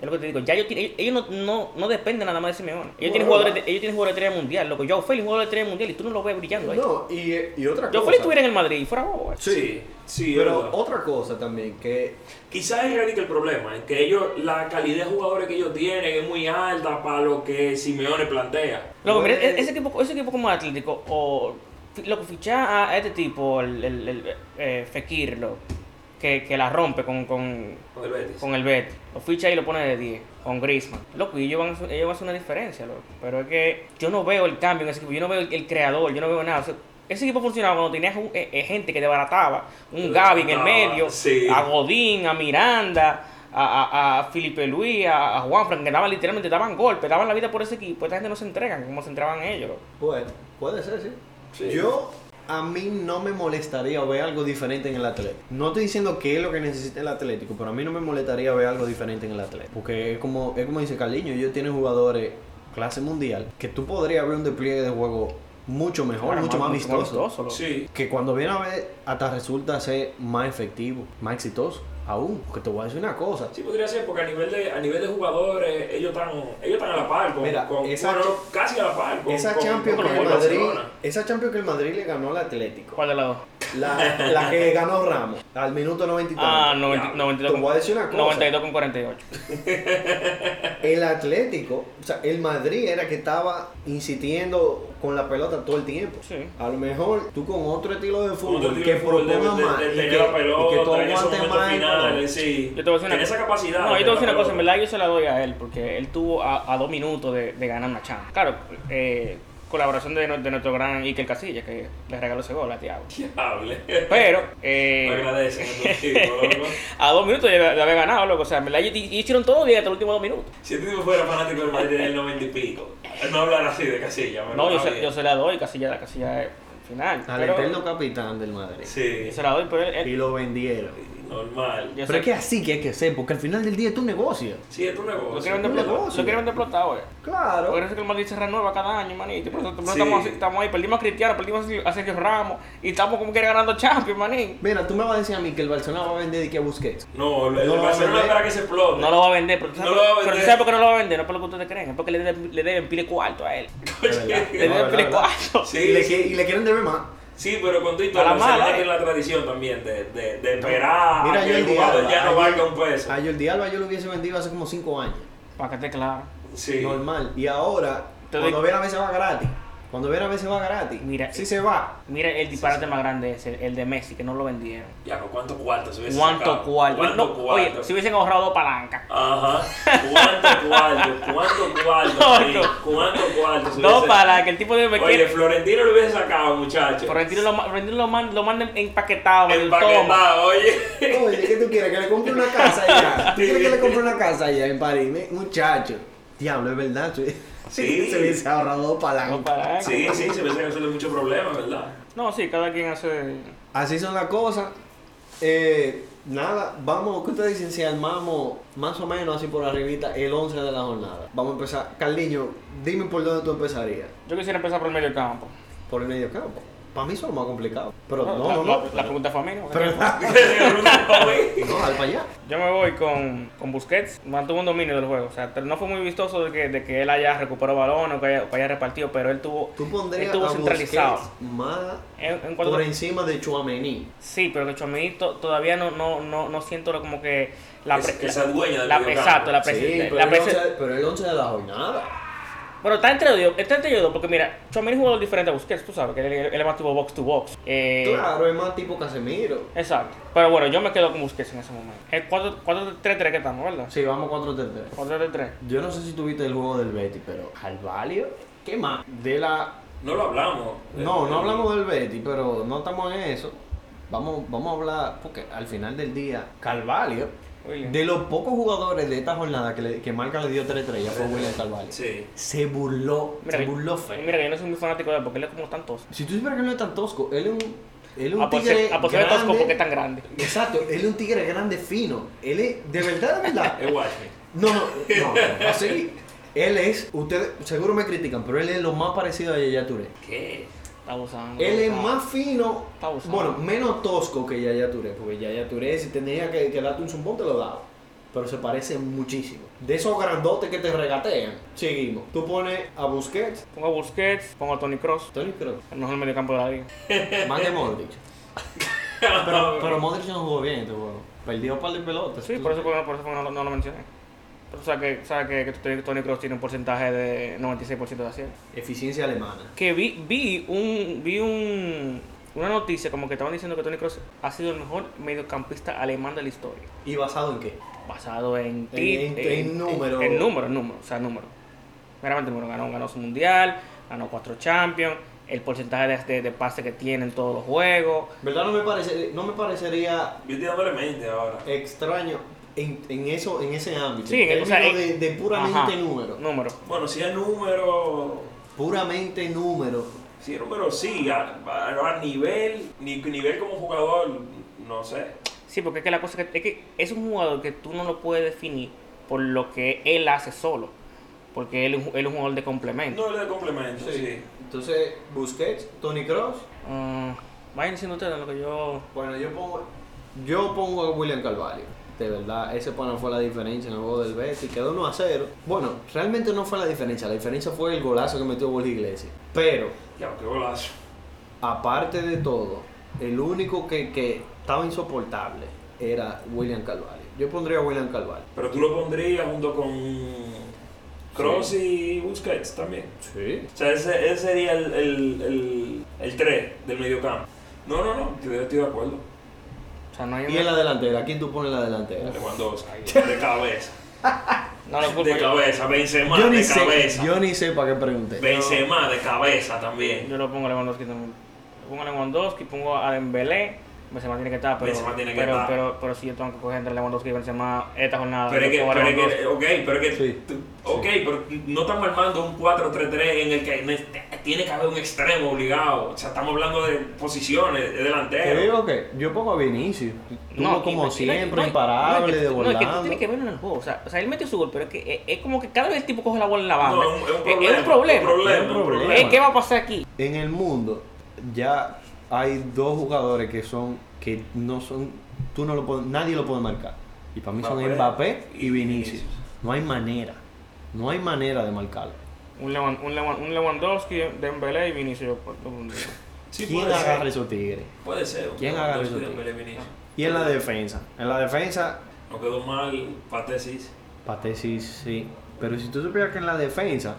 [SPEAKER 3] Es lo que te digo, ya ellos, tienen- ellos- ellos no, no, no dependen nada más de Simeone. Ellos, tienen,
[SPEAKER 1] Bueno.
[SPEAKER 3] jugadores de, ellos tienen jugadores de estrella mundial, loco. Joe Félix jugador de estrella mundial y tú no lo ves brillando ahí.
[SPEAKER 1] No, y, y otra
[SPEAKER 3] Joe
[SPEAKER 1] cosa.
[SPEAKER 3] Félix estuviera en el Madrid y fuera bobo. eh.
[SPEAKER 2] Sí, sí, es
[SPEAKER 1] Pero
[SPEAKER 2] verdad.
[SPEAKER 1] otra cosa también, que
[SPEAKER 2] Quizás ahí radica el problema, es que ellos, la calidad de jugadores que ellos tienen es muy alta para lo que Simeone plantea.
[SPEAKER 3] Loco, mira,
[SPEAKER 1] Bueno.
[SPEAKER 3] e- ese equipo, ese equipo como Atlético, o fi- loco, fichar a- a este tipo, el, el, el, eh, Fekir, loco, que, que la rompe con, con,
[SPEAKER 2] Con el Betis.
[SPEAKER 3] con el Bet, lo ficha y lo pone de 10, con Griezmann. Loco, y ellos van, a hacer- ellos van a hacer una diferencia, loco. Pero es que yo no veo el cambio en ese equipo, yo no veo el, el creador, yo no veo nada. O sea, ese equipo funcionaba cuando tenías un- eh, eh, gente que desbarataba, un Gaby en el
[SPEAKER 2] Ah,
[SPEAKER 3] medio,
[SPEAKER 2] sí.
[SPEAKER 3] a Godín, a Miranda, a, a, a Felipe Luis, a, a Juanfran, que daban literalmente, daban golpes, daban la vida por ese equipo. Esta gente no se entregan como se entregaban ellos. loco.
[SPEAKER 1] Bueno, puede ser, sí.
[SPEAKER 2] Sí.
[SPEAKER 1] Yo, a mí no me molestaría ver algo diferente en el Atlético. No estoy diciendo qué es lo que necesita el Atlético, pero a mí no me molestaría ver algo diferente en el Atlético. Porque es como, es como dice Carliño, ellos tienen jugadores clase mundial que tú podrías ver un despliegue de juego mucho mejor,
[SPEAKER 3] Ahora,
[SPEAKER 1] mucho más vistoso.
[SPEAKER 3] loco.
[SPEAKER 2] Sí.
[SPEAKER 1] Que cuando viene a ver, hasta resulta ser más efectivo, más exitoso. Aún, porque te voy a decir una cosa.
[SPEAKER 2] Sí podría ser, porque a nivel de, a nivel de jugadores, ellos están, ellos están a la par, con,
[SPEAKER 1] Mira,
[SPEAKER 2] con-
[SPEAKER 1] esa-
[SPEAKER 2] bueno, casi a la par. Con,
[SPEAKER 1] Esa
[SPEAKER 2] con-
[SPEAKER 1] Champions,
[SPEAKER 2] con
[SPEAKER 1] que el
[SPEAKER 2] el
[SPEAKER 1] Madrid,
[SPEAKER 2] Barcelona.
[SPEAKER 1] esa Champions que el Madrid le ganó al Atlético.
[SPEAKER 3] ¿Cuál de las dos?
[SPEAKER 1] La, la que ganó Ramos al minuto 93.
[SPEAKER 3] Ah,
[SPEAKER 2] Ya.
[SPEAKER 3] 90 92
[SPEAKER 1] Te voy a decir una cosa.
[SPEAKER 3] 92 con 48.
[SPEAKER 1] El Atlético, o sea, el Madrid era que estaba insistiendo con la pelota todo el tiempo.
[SPEAKER 3] Sí.
[SPEAKER 1] A lo mejor tú con otro estilo de
[SPEAKER 2] Como tú
[SPEAKER 1] fútbol
[SPEAKER 2] dices,
[SPEAKER 1] que
[SPEAKER 2] el fútbol de-
[SPEAKER 1] proponga
[SPEAKER 2] de-
[SPEAKER 1] más
[SPEAKER 2] de
[SPEAKER 1] y
[SPEAKER 2] tener
[SPEAKER 1] que,
[SPEAKER 2] la
[SPEAKER 1] y que tú
[SPEAKER 2] pelota en esos
[SPEAKER 1] aguantes
[SPEAKER 2] momentos
[SPEAKER 1] más. el balón.
[SPEAKER 2] finales, sí.
[SPEAKER 3] Yo te voy a decir una
[SPEAKER 2] Tiene esa capacidad.
[SPEAKER 3] No, yo
[SPEAKER 2] de
[SPEAKER 3] te voy a decir
[SPEAKER 2] tener
[SPEAKER 3] una cosa, en
[SPEAKER 2] la
[SPEAKER 3] verdad yo se la doy a él, porque él tuvo a, a dos minutos de, de ganar una chamba. Claro, eh, colaboración de, no- de nuestro gran Iker Casillas, que le regaló ese gol a Thiago.
[SPEAKER 2] pelota. [laughs] Diable.
[SPEAKER 3] Pero,
[SPEAKER 2] Me
[SPEAKER 3] eh,
[SPEAKER 2] agradecen estos tipos, loco.
[SPEAKER 3] a dos minutos ya ya había ganado, loco. O sea, en verdad, ellos hicieron todo bien hasta los últimos dos minutos.
[SPEAKER 2] Si este tipo fuera fanático del Madrid del 90 y pico, eh, no hablar así de casilla.
[SPEAKER 3] No, yo se, yo se la doy, Casillas, Casillas al final.
[SPEAKER 1] Al
[SPEAKER 3] pero-
[SPEAKER 1] eterno capitán del Madrid.
[SPEAKER 2] Sí,
[SPEAKER 3] Yo se la doy, pero él...
[SPEAKER 1] Y
[SPEAKER 3] él-
[SPEAKER 1] lo vendieron.
[SPEAKER 2] normal.
[SPEAKER 1] Pero
[SPEAKER 3] yo sé-
[SPEAKER 1] es que así que hay que ser, porque al final del día es tu negocio.
[SPEAKER 2] Sí, es tu
[SPEAKER 3] Lo
[SPEAKER 2] negocio.
[SPEAKER 3] quiero vender
[SPEAKER 1] un
[SPEAKER 3] explotado,
[SPEAKER 1] negocio.
[SPEAKER 3] lo quiero vender explotado, eh. Porque
[SPEAKER 1] Claro.
[SPEAKER 3] no sé que el Madrid se renueva cada año, manito. Por eso por eso
[SPEAKER 2] Sí.
[SPEAKER 3] estamos, así- estamos ahí. Perdimos a Cristiano, perdimos a Sergio Ramos. Y estamos como que ganando Champions, maní.
[SPEAKER 1] Mira, tú me vas a decir a mí que el Barcelona va a vender y que Busquets.
[SPEAKER 2] No, el, el
[SPEAKER 1] No lo va a
[SPEAKER 2] Barcelona
[SPEAKER 1] vender.
[SPEAKER 2] espera que se explote. [laughs]
[SPEAKER 3] No lo va a vender. Pero tú sabes,
[SPEAKER 2] No lo va a
[SPEAKER 3] pero tú
[SPEAKER 2] vender.
[SPEAKER 3] sabes por qué no lo va a vender. No es por lo que ustedes creen. Es porque le, de- le deben pile cuarto a él. Le
[SPEAKER 1] No,
[SPEAKER 3] deben
[SPEAKER 1] no,
[SPEAKER 3] pile
[SPEAKER 1] no.
[SPEAKER 3] cuarto.
[SPEAKER 2] Sí,
[SPEAKER 1] Y le,
[SPEAKER 2] sí,
[SPEAKER 1] que- y le quieren deber más.
[SPEAKER 2] sí, pero con Tito,
[SPEAKER 3] A
[SPEAKER 2] el
[SPEAKER 3] la
[SPEAKER 2] Barcelona
[SPEAKER 3] mala, eh.
[SPEAKER 2] tiene la tradición también de, de, de esperar
[SPEAKER 1] Mira,
[SPEAKER 2] a
[SPEAKER 1] yo
[SPEAKER 2] que el
[SPEAKER 1] el
[SPEAKER 2] jugador
[SPEAKER 1] diablo.
[SPEAKER 2] ya no
[SPEAKER 1] Ayer-
[SPEAKER 2] valga un peso.
[SPEAKER 1] A Jordi Alba yo lo hubiese vendido hace como 5 años.
[SPEAKER 3] Para que esté claro.
[SPEAKER 2] Sí.
[SPEAKER 1] Normal. Y ahora,
[SPEAKER 3] Te
[SPEAKER 1] cuando
[SPEAKER 3] doy-
[SPEAKER 1] Vera se va gratis. Cuando Vera se va gratis.
[SPEAKER 3] Mira,
[SPEAKER 1] Sí
[SPEAKER 3] eh.
[SPEAKER 1] se
[SPEAKER 2] [laughs]
[SPEAKER 1] va.
[SPEAKER 3] Mira el disparate más grande ese, el de Messi, que no lo vendieron.
[SPEAKER 2] Ya, pero ¿cuánto cuarto se hubiese
[SPEAKER 3] ¿Cuánto
[SPEAKER 2] sacado?
[SPEAKER 3] cuarto?
[SPEAKER 2] ¿Cuánto
[SPEAKER 3] No,
[SPEAKER 2] cuarto?
[SPEAKER 3] Oye, si hubiesen ahorrado dos palancas.
[SPEAKER 2] Ajá. ¿Cuánto cuarto? ¿Cuánto
[SPEAKER 3] [laughs]
[SPEAKER 2] cuarto? sí?
[SPEAKER 3] Loco.
[SPEAKER 2] ¿Cuánto cuarto? se
[SPEAKER 3] Dos
[SPEAKER 2] hubiese-
[SPEAKER 3] palancas. El tipo de
[SPEAKER 2] Oye, Florentino lo hubiese sacado, muchacho.
[SPEAKER 3] Florentino lo, ma- Florentino lo, man- lo manda empaquetado. man, toma.
[SPEAKER 2] Empaquetado, oye.
[SPEAKER 1] Oye, ¿qué tú quieres? ¿Que le compre una casa allá? ¿Tú quieres que le compre una casa allá en París? mi- Muchacho. Diablo, es verdad. [laughs] Sí.
[SPEAKER 2] Sí.
[SPEAKER 1] se hubiese ahorrado dos
[SPEAKER 3] Dos
[SPEAKER 1] palancas.
[SPEAKER 3] palancas.
[SPEAKER 2] Sí, sí, se hubiese causado mucho problema, ¿verdad?
[SPEAKER 1] [laughs]
[SPEAKER 2] [laughs]
[SPEAKER 3] No, sí, cada quien hace.
[SPEAKER 1] Así son las cosas. Eh, nada, vamos, ¿qué ustedes dicen si armamos más o menos así por arribita el 11 de la jornada? Vamos a empezar. Carliño, dime por dónde tú empezarías.
[SPEAKER 3] Yo quisiera empezar por el medio campo.
[SPEAKER 1] Por el medio campo. Para mí eso es lo más complicado. Pero
[SPEAKER 3] No,
[SPEAKER 1] no,
[SPEAKER 3] la,
[SPEAKER 1] no,
[SPEAKER 3] la-
[SPEAKER 1] no.
[SPEAKER 3] la pregunta fue a mí. ¿no?
[SPEAKER 1] Pero no, al para allá.
[SPEAKER 3] Yo me voy con, con Busquets, mantuvo un dominio del juego. O sea, no fue muy vistoso de que, de que él haya recuperado balón o que haya, o que haya repartido, pero él tuvo,
[SPEAKER 1] Tú pondrías a
[SPEAKER 3] él tuvo centralizado.
[SPEAKER 1] Busquets más
[SPEAKER 3] En, en cuanto-
[SPEAKER 1] por encima de Chuamení.
[SPEAKER 3] Sí, pero que Chomini to- todavía no, no, no, no siento lo- como que la
[SPEAKER 2] Es-
[SPEAKER 3] pre-
[SPEAKER 2] que se adueña del
[SPEAKER 3] la,
[SPEAKER 2] medio campo.
[SPEAKER 3] Exacto, la
[SPEAKER 1] Sí,
[SPEAKER 3] presidencia.
[SPEAKER 1] pero el, 11, pero el 11 de la jornada.
[SPEAKER 3] Bueno, está entre ellos, está entre ellos dos, porque mira, Chomini jugó diferente a Busquets, tú sabes, que él, él, él más tuvo box to box. Eh,
[SPEAKER 1] Claro, es más tipo Casemiro.
[SPEAKER 3] Exacto. Pero bueno, yo me quedo con Busquets en ese momento. Es 4-3-3 que estamos, ¿verdad?
[SPEAKER 1] Sí, vamos 4-3-3.
[SPEAKER 3] 4-3-3.
[SPEAKER 1] Yo no sé si tuviste el juego del Betty, pero al Valio, ¿qué más? De la
[SPEAKER 2] No lo hablamos. Eh,
[SPEAKER 1] No, no hablamos del Betty, pero no estamos en eso. Vamos, vamos a hablar, porque al final del día, Carvalho,
[SPEAKER 3] William.
[SPEAKER 1] de los pocos jugadores de esta jornada que, le- que Marca le dio 3-3, ya fue William Carvalho.
[SPEAKER 2] Sí.
[SPEAKER 1] Se burló,
[SPEAKER 3] Mira,
[SPEAKER 1] se
[SPEAKER 3] que-
[SPEAKER 1] burló
[SPEAKER 3] Y
[SPEAKER 1] feo.
[SPEAKER 3] Mira, que yo no soy muy fanático de él porque él es como tan tosco.
[SPEAKER 1] Si tú supieras que él no es tan tosco, él es un, él es un
[SPEAKER 3] A por
[SPEAKER 1] tigre
[SPEAKER 3] ser a por ser tosco
[SPEAKER 1] grande.
[SPEAKER 3] porque es tan grande.
[SPEAKER 1] Exacto, él es un tigre grande, fino. Él es, de verdad, de verdad.
[SPEAKER 2] Es Watchmen.
[SPEAKER 1] No, no, no, no, así. Él es, ustedes seguro me critican, pero él es lo más parecido a Yaya Touré.
[SPEAKER 2] ¿Qué?
[SPEAKER 3] Está abusando.
[SPEAKER 1] Él es
[SPEAKER 3] está-
[SPEAKER 1] más fino,
[SPEAKER 3] Está abusado.
[SPEAKER 1] bueno, menos tosco que Yaya Touré, porque Yaya Touré si tenía que, que darte un zumbón te lo daba, pero se parece muchísimo. De esos grandotes que te regatean, seguimos. Tú pones a Busquets,
[SPEAKER 3] Pongo a Busquets, pongo a Tony Cross,
[SPEAKER 1] Tony Kroos,
[SPEAKER 3] el mejor mediocampo de la liga.
[SPEAKER 1] más que
[SPEAKER 3] [laughs]
[SPEAKER 1] Modric. Pero, pero Modric no jugó bien este juego, perdió un par de pelotas.
[SPEAKER 3] Sí,
[SPEAKER 1] Pues Tú-
[SPEAKER 3] por eso, por eso, por eso no, lo- no lo mencioné. Pero o sea que, sabes que, que Tony Cross tiene un porcentaje de 96% de acierto.
[SPEAKER 1] Eficiencia alemana.
[SPEAKER 3] Que vi, vi un. Vi un. Una noticia como que estaban diciendo que Tony Cross ha sido el mejor mediocampista alemán de la historia.
[SPEAKER 1] ¿Y basado en qué?
[SPEAKER 3] basado en,
[SPEAKER 1] En- en- en número.
[SPEAKER 3] En, número, en número, o sea, número. Meramente número. Ganó, ganó su mundial, ganó cuatro champions, el porcentaje de, de, de pase que tiene en todos los juegos.
[SPEAKER 1] ¿Verdad? No me, parece, no me parecería
[SPEAKER 2] [laughs] Yo estoy dándole mente ahora.
[SPEAKER 1] extraño en, en eso, en ese ámbito,
[SPEAKER 3] Sí,
[SPEAKER 1] en
[SPEAKER 3] o sea,
[SPEAKER 1] términos
[SPEAKER 3] en-
[SPEAKER 1] de, de puramente
[SPEAKER 3] Ajá,
[SPEAKER 1] número.
[SPEAKER 3] Número.
[SPEAKER 2] Bueno, si es número.
[SPEAKER 1] Puramente número.
[SPEAKER 2] Si es número, sí. A, a- a nivel. Ni, nivel como jugador, no sé.
[SPEAKER 3] Sí, porque es que la cosa que, es que es un jugador que tú no lo puedes definir por lo que él hace solo. Porque él, es un- él es un jugador de complemento.
[SPEAKER 2] No le de complemento, sí.
[SPEAKER 1] Entonces, Busquets, Tony Cross.
[SPEAKER 3] Ah, vayan diciendo ustedes lo que yo.
[SPEAKER 1] Bueno, yo pongo, yo pongo a William Carvalho. De verdad, ese pana fue la diferencia en el juego del Betis. Quedó 1 a 0. Bueno, realmente no fue la diferencia. La diferencia fue el golazo que metió Borja Iglesias. Pero,
[SPEAKER 2] Ya, qué golazo.
[SPEAKER 1] aparte de todo, el único que, que estaba insoportable era William Carvalho. Yo pondría a William Carvalho.
[SPEAKER 2] Pero tú lo pondrías junto con. Cross y Busquets también.
[SPEAKER 1] Sí.
[SPEAKER 2] O sea, ese, ese sería el, el, el, el 3 del mediocampo. No, no, no, yo estoy de acuerdo.
[SPEAKER 3] O sea, no hay
[SPEAKER 1] Y en la delantera, ¿quién tú pones en la delantera?
[SPEAKER 2] Lewandowski, de cabeza.
[SPEAKER 3] No lo culpo.
[SPEAKER 2] De
[SPEAKER 3] Yo,
[SPEAKER 2] cabeza, Benzema,
[SPEAKER 1] Yo ni
[SPEAKER 2] de
[SPEAKER 1] sé,
[SPEAKER 2] cabeza.
[SPEAKER 1] yo ni sé para qué pregunté.
[SPEAKER 2] Benzema, de cabeza también.
[SPEAKER 3] yo lo pongo a Lewandowski también. Lo Pongo a Lewandowski, pongo a Dembélé. Benzema tiene que estar, pero,
[SPEAKER 2] Benzema tiene que
[SPEAKER 3] pero,
[SPEAKER 2] estar.
[SPEAKER 3] pero, pero si yo tengo que coger entre Lewandowski y Benzema esta jornada.
[SPEAKER 2] Pero es que,
[SPEAKER 3] yo pongo a
[SPEAKER 2] pero es
[SPEAKER 3] Lewandowski.
[SPEAKER 2] que, ok, pero es que,
[SPEAKER 1] Sí.
[SPEAKER 2] tú- ok, pero no estamos armando un 4-3-3 en el que ne- tiene que haber un extremo obligado. O sea, estamos hablando de posiciones, de
[SPEAKER 1] Te
[SPEAKER 2] delantero.
[SPEAKER 1] digo que yo pongo a Vinicius. Tuvo
[SPEAKER 3] No,
[SPEAKER 1] como
[SPEAKER 3] y-
[SPEAKER 1] siempre,
[SPEAKER 3] no, y-
[SPEAKER 1] imparable,
[SPEAKER 3] no, es que-
[SPEAKER 1] de
[SPEAKER 3] No, es que tú
[SPEAKER 1] volando.
[SPEAKER 3] tienes que verlo en el juego. O sea, o sea, él metió su gol, pero es que eh, es, es como que cada vez el tipo coge la bola en la banda.
[SPEAKER 2] No, es un, es un
[SPEAKER 3] Es-
[SPEAKER 2] problema.
[SPEAKER 3] es un problema.
[SPEAKER 2] es un
[SPEAKER 1] Es un
[SPEAKER 2] problema.
[SPEAKER 1] problema.
[SPEAKER 3] Eh, ¿Qué va a pasar aquí?
[SPEAKER 1] En el mundo ya hay dos jugadores que son que no son tú no lo puedes- nadie lo puede marcar. Y para mí son
[SPEAKER 2] Mbappé
[SPEAKER 1] Mbappé
[SPEAKER 2] y
[SPEAKER 1] y Vinicius.
[SPEAKER 2] Vinicius.
[SPEAKER 1] No hay manera. No hay manera de marcarlo.
[SPEAKER 3] Un, Lewan- un Lewan- un Lewandowski, Dembélé y Vinicius. pues, por- por-
[SPEAKER 2] Sí,
[SPEAKER 1] ¿Quién
[SPEAKER 2] puede
[SPEAKER 1] agarra
[SPEAKER 2] ser.
[SPEAKER 1] esos tigres?
[SPEAKER 2] Puede ser.
[SPEAKER 1] ¿Quién
[SPEAKER 2] No,
[SPEAKER 1] agarra
[SPEAKER 2] no
[SPEAKER 1] eso?
[SPEAKER 2] estoy en Belén Vinicius.
[SPEAKER 1] Y en la defensa. En la defensa
[SPEAKER 2] No quedó mal, Patesis.
[SPEAKER 1] Pate sí, sí. Pero si tú supieras que en la defensa.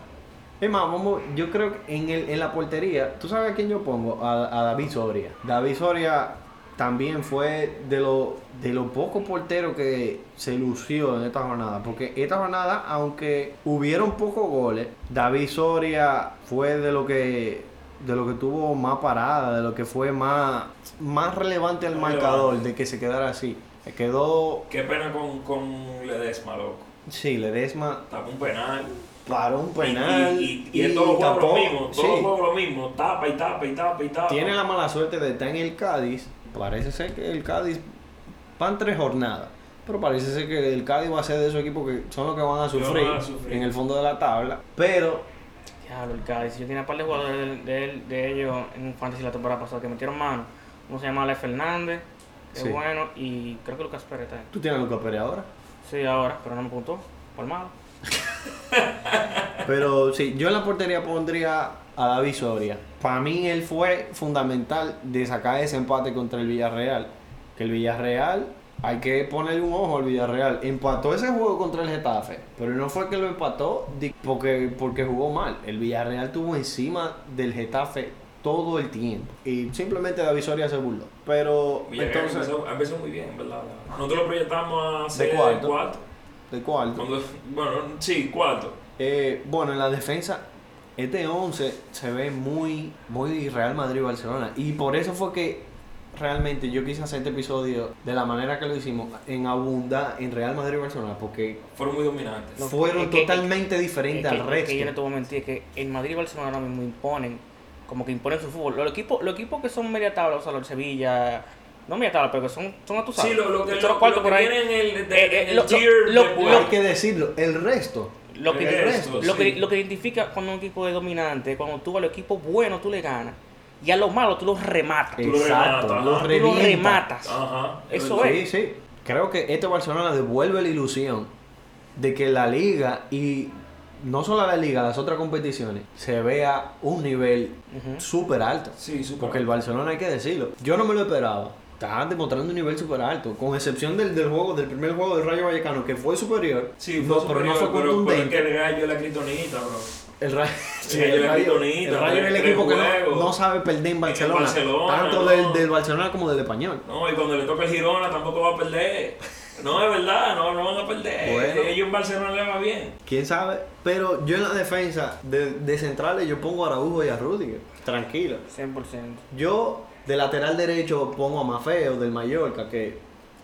[SPEAKER 1] Es más, vamos, yo creo que en, el, en la portería. ¿Tú sabes a quién yo pongo? A, a David Soria. David Soria también fue de los de los pocos porteros que se lució en esta jornada. Porque esta jornada, aunque hubieron pocos goles, David Soria fue de lo que. De lo que tuvo más parada, de lo que fue más, más relevante al
[SPEAKER 2] Más
[SPEAKER 1] marcador,
[SPEAKER 2] relevante.
[SPEAKER 1] de que se quedara así. Se Quedó.
[SPEAKER 2] Qué pena con, con Ledesma, loco.
[SPEAKER 1] Sí, Ledesma
[SPEAKER 2] Tapó un penal.
[SPEAKER 1] Paró un penal.
[SPEAKER 2] Y, y, y, y en todos los juegos lo
[SPEAKER 1] tapó.
[SPEAKER 2] mismo. Todos
[SPEAKER 1] Sí.
[SPEAKER 2] los juegos lo mismo. Tapa y tapa y tapa y tapa.
[SPEAKER 1] Tiene la mala suerte de estar en el Cádiz. Parece ser que el Cádiz van tres jornadas. Pero parece ser que el Cádiz va a ser de esos equipos que son los que van a
[SPEAKER 2] Que
[SPEAKER 1] sufrir,
[SPEAKER 2] van a sufrir.
[SPEAKER 1] en el fondo de la tabla. Pero
[SPEAKER 3] Claro, el Cádiz. Yo tenía un par de jugadores de, de- de ellos en Fantasy la temporada pasada que metieron mano. Uno se llama Ale Fernández, que
[SPEAKER 1] Sí.
[SPEAKER 3] es bueno, y creo que Lucas Pérez también.
[SPEAKER 1] ¿Tú tienes a Lucas Pérez ahora?
[SPEAKER 3] Sí, ahora, pero no me puntó. Por malo.
[SPEAKER 1] Pero sí, yo en la portería pondría a David Soria. Para mí él fue fundamental de sacar ese empate contra el Villarreal. Que el Villarreal, hay que ponerle un ojo al Villarreal. Empató ese juego contra el Getafe, pero no fue que lo empató di- porque, porque jugó mal. El Villarreal tuvo encima del Getafe todo el tiempo. Y simplemente David Soria se burló. Pero
[SPEAKER 2] Villarreal
[SPEAKER 1] entonces,
[SPEAKER 2] empezó, empezó muy bien, en ¿verdad? Nosotros lo proyectamos a
[SPEAKER 1] De
[SPEAKER 2] ser
[SPEAKER 1] cuarto.
[SPEAKER 2] cuarto.
[SPEAKER 1] de cuarto.
[SPEAKER 2] Cuando- bueno, sí, cuarto.
[SPEAKER 1] Eh, bueno, en la defensa, este 11 se ve muy, muy Real Madrid-Barcelona. Y por eso fue que realmente yo quise hacer este episodio de la manera que lo hicimos, en abunda en Real Madrid-Barcelona, porque
[SPEAKER 2] Fueron muy dominantes.
[SPEAKER 3] No,
[SPEAKER 1] fueron
[SPEAKER 3] es que-
[SPEAKER 1] totalmente
[SPEAKER 3] Es
[SPEAKER 1] diferentes
[SPEAKER 3] que,
[SPEAKER 1] al
[SPEAKER 3] es
[SPEAKER 1] resto.
[SPEAKER 3] que yo no te voy a mentir, es que en Madrid y Barcelona ahora mismo imponen, como que imponen su fútbol. Los equipos, los equipos que son media tabla, o sea, los Sevilla, no media tabla, pero que son, son a tu
[SPEAKER 2] Sí, lo, lo que,
[SPEAKER 3] Son
[SPEAKER 2] lo,
[SPEAKER 3] los
[SPEAKER 2] lo
[SPEAKER 3] cuartos
[SPEAKER 2] que
[SPEAKER 3] por ahí.
[SPEAKER 2] tienen el, de,
[SPEAKER 3] Eh, eh,
[SPEAKER 2] el
[SPEAKER 3] lo-
[SPEAKER 2] tier
[SPEAKER 3] lo-
[SPEAKER 2] de
[SPEAKER 3] lo-
[SPEAKER 2] juego.
[SPEAKER 1] Hay que decirlo, el resto.
[SPEAKER 3] Lo que,
[SPEAKER 2] El resto,
[SPEAKER 3] lo, que,
[SPEAKER 2] sí.
[SPEAKER 3] lo que identifica cuando un equipo es dominante, cuando tú a los equipos buenos tú le ganas, y a los malos tú los rematas.
[SPEAKER 2] Eh,
[SPEAKER 3] Tú
[SPEAKER 2] lo
[SPEAKER 1] Exacto,
[SPEAKER 2] rematas,
[SPEAKER 1] lo
[SPEAKER 2] ajá.
[SPEAKER 3] los
[SPEAKER 1] revienta.
[SPEAKER 3] rematas.
[SPEAKER 2] Ajá.
[SPEAKER 3] Eso
[SPEAKER 2] verdad.
[SPEAKER 3] es.
[SPEAKER 1] Sí, sí. Creo que este Barcelona devuelve la ilusión de que la liga y no solo la liga, las otras competiciones, se vea un nivel
[SPEAKER 3] Ujú.
[SPEAKER 1] súper alto.
[SPEAKER 2] Sí, supongo.
[SPEAKER 1] Porque el Barcelona hay que decirlo. Yo no me lo esperaba. Estaban demostrando un nivel súper alto. Con excepción del, del juego, del primer juego del Rayo Vallecano, que fue superior.
[SPEAKER 2] Sí, fue
[SPEAKER 1] No,
[SPEAKER 2] superior,
[SPEAKER 1] pero no fue
[SPEAKER 2] pero- pero es
[SPEAKER 1] contundente.
[SPEAKER 2] que el gallo es la criptonita, bro.
[SPEAKER 1] El
[SPEAKER 2] [laughs]
[SPEAKER 1] Rayo, sí,
[SPEAKER 2] Rayo
[SPEAKER 1] el
[SPEAKER 2] era
[SPEAKER 1] Rayo-
[SPEAKER 2] pitonita,
[SPEAKER 1] el Rayo era el
[SPEAKER 2] tres
[SPEAKER 1] equipo que no,
[SPEAKER 2] juegos.
[SPEAKER 1] no sabe perder en Barcelona.
[SPEAKER 2] Barcelona,
[SPEAKER 1] tanto
[SPEAKER 2] no.
[SPEAKER 1] del, del Barcelona como del español.
[SPEAKER 2] No, y cuando le toca el Girona tampoco va a perder. No, es verdad, no, no van a perder.
[SPEAKER 1] Bueno.
[SPEAKER 2] Ellos en Barcelona le va bien.
[SPEAKER 1] Quién sabe. Pero yo en la defensa de, de centrales yo pongo a Araujo y a Rudiger. Tranquilo.
[SPEAKER 3] 100%.
[SPEAKER 1] Yo de lateral derecho pongo a Mafeo del Mallorca, que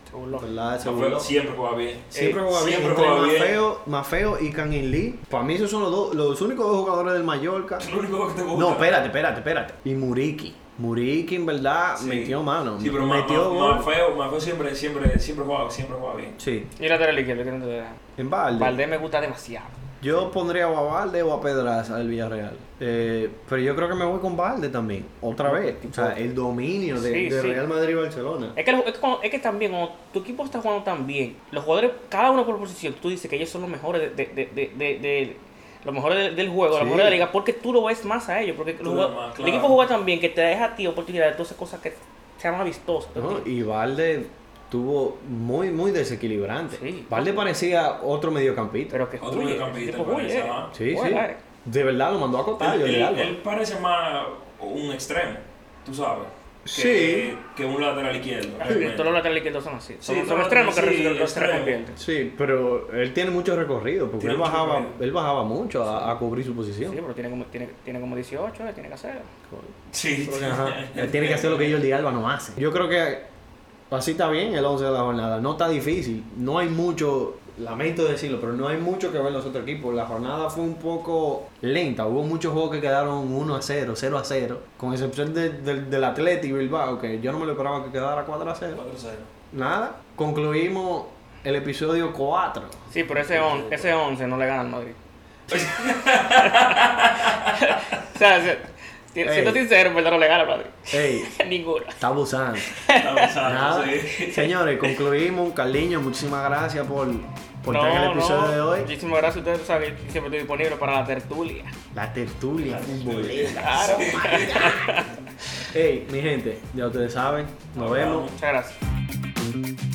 [SPEAKER 3] según lo-
[SPEAKER 1] ¿verdad? se
[SPEAKER 2] Mafeo
[SPEAKER 1] burló.
[SPEAKER 2] siempre juega bien.
[SPEAKER 1] Siempre
[SPEAKER 2] Eh,
[SPEAKER 1] juega bien.
[SPEAKER 2] Siempre
[SPEAKER 1] Entre
[SPEAKER 2] juega bien.
[SPEAKER 1] Mafeo, Mafeo y Canin Lee. Para mí esos son los, dos, los únicos dos jugadores del Mallorca.
[SPEAKER 2] Es lo único que te gusta.
[SPEAKER 1] No, espérate, espérate, espérate. Y Muriki. Muriki en verdad
[SPEAKER 2] Sí.
[SPEAKER 1] metió mano.
[SPEAKER 2] Sí, pero más,
[SPEAKER 1] metió gol.
[SPEAKER 2] feo, más feo siempre, siempre, siempre juega, siempre juega bien.
[SPEAKER 1] Sí,
[SPEAKER 3] Y el lateral izquierdo, que no te deja.
[SPEAKER 1] en balde.
[SPEAKER 3] Valdés me gusta demasiado.
[SPEAKER 1] Yo pondría o a Valde o a Pedraza del Villarreal. Eh, pero yo creo que me voy con Valde también. Otra vez. O sea, el dominio de,
[SPEAKER 3] Sí,
[SPEAKER 1] de
[SPEAKER 3] sí.
[SPEAKER 1] Real Madrid y Barcelona.
[SPEAKER 3] Es que, el- es, que cuando- es que también, cuando tu equipo está jugando tan bien, los jugadores, cada uno por posición, tú dices que ellos son los mejores de, de- de- de- de- los mejores del- del juego,
[SPEAKER 1] Sí.
[SPEAKER 3] los mejores de la liga, porque tú lo ves más a ellos. Porque
[SPEAKER 2] Tú
[SPEAKER 3] los
[SPEAKER 2] lo
[SPEAKER 3] jugad-
[SPEAKER 2] ves más,
[SPEAKER 3] el
[SPEAKER 2] claro.
[SPEAKER 3] equipo juega tan bien que te deja a ti oportunidad de todas esas cosas que sean más vistosas.
[SPEAKER 1] ¿no? Y Valde tuvo muy, muy desequilibrante.
[SPEAKER 3] Sí.
[SPEAKER 1] Valde parecía otro mediocampista.
[SPEAKER 3] Pero que
[SPEAKER 2] Otro
[SPEAKER 3] huye, el
[SPEAKER 2] mediocampista,
[SPEAKER 3] tipo huye.
[SPEAKER 2] parece, ajá.
[SPEAKER 1] Sí,
[SPEAKER 3] Juega,
[SPEAKER 1] sí.
[SPEAKER 3] eh.
[SPEAKER 1] De verdad lo mandó a acotar, Ah, yo
[SPEAKER 2] él,
[SPEAKER 1] de
[SPEAKER 2] él-
[SPEAKER 1] algo.
[SPEAKER 2] él parece más un extremo, tú sabes. que-
[SPEAKER 1] Sí.
[SPEAKER 2] Que un lateral izquierdo.
[SPEAKER 3] Así que
[SPEAKER 2] realmente.
[SPEAKER 3] Todos los laterales izquierdos son así. Son,
[SPEAKER 2] Sí,
[SPEAKER 3] son
[SPEAKER 2] todos-
[SPEAKER 3] extremos que
[SPEAKER 2] sí,
[SPEAKER 3] reciben los
[SPEAKER 2] extremos.
[SPEAKER 3] extremos bien.
[SPEAKER 1] Sí, pero él tiene mucho recorrido, porque
[SPEAKER 2] Tiene
[SPEAKER 1] él
[SPEAKER 2] mucho
[SPEAKER 1] bajaba,
[SPEAKER 2] recorrido.
[SPEAKER 1] él bajaba mucho a, a cubrir su
[SPEAKER 3] Sí,
[SPEAKER 1] posición.
[SPEAKER 3] pero tiene como, tiene, tiene como 18, eh, tiene que hacer.
[SPEAKER 2] Sí.
[SPEAKER 1] Ajá. Él tiene que hacer lo que Jordi Alba no hace. Yo creo que así está bien el 11 de la jornada. No está difícil. No hay mucho, lamento decirlo, pero no hay mucho que ver los otros equipos. La jornada fue un poco lenta. Hubo muchos juegos que quedaron 1 a 0, 0 a 0. Con excepción de- del- del Atlético Bilbao, que yo no me lo esperaba que quedara 4 a 0.
[SPEAKER 2] 4-0.
[SPEAKER 1] Nada, concluimos el episodio 4.
[SPEAKER 3] Sí, pero ese, on- ese 11 no le gana al Madrid. [laughs] o sea, se- si-
[SPEAKER 1] Ey.
[SPEAKER 3] siendo sincero, en verdad no le gana al Madrid. [laughs]
[SPEAKER 1] Ey,
[SPEAKER 3] Ninguno.
[SPEAKER 1] está
[SPEAKER 3] [laughs]
[SPEAKER 1] abusando.
[SPEAKER 2] Está
[SPEAKER 3] Ah,
[SPEAKER 2] avanzando,
[SPEAKER 1] Nada.
[SPEAKER 2] sí.
[SPEAKER 1] Señores, concluimos. Carliño, muchísimas gracias por, por
[SPEAKER 3] No,
[SPEAKER 1] traer el
[SPEAKER 3] no.
[SPEAKER 1] episodio de hoy.
[SPEAKER 3] Muchísimas gracias. Ustedes saben que siempre estoy disponible para la tertulia.
[SPEAKER 1] La tertulia futbolera.
[SPEAKER 3] Claro.
[SPEAKER 1] Ey, mi gente, ya ustedes saben. Nos vemos.
[SPEAKER 3] Muchas gracias.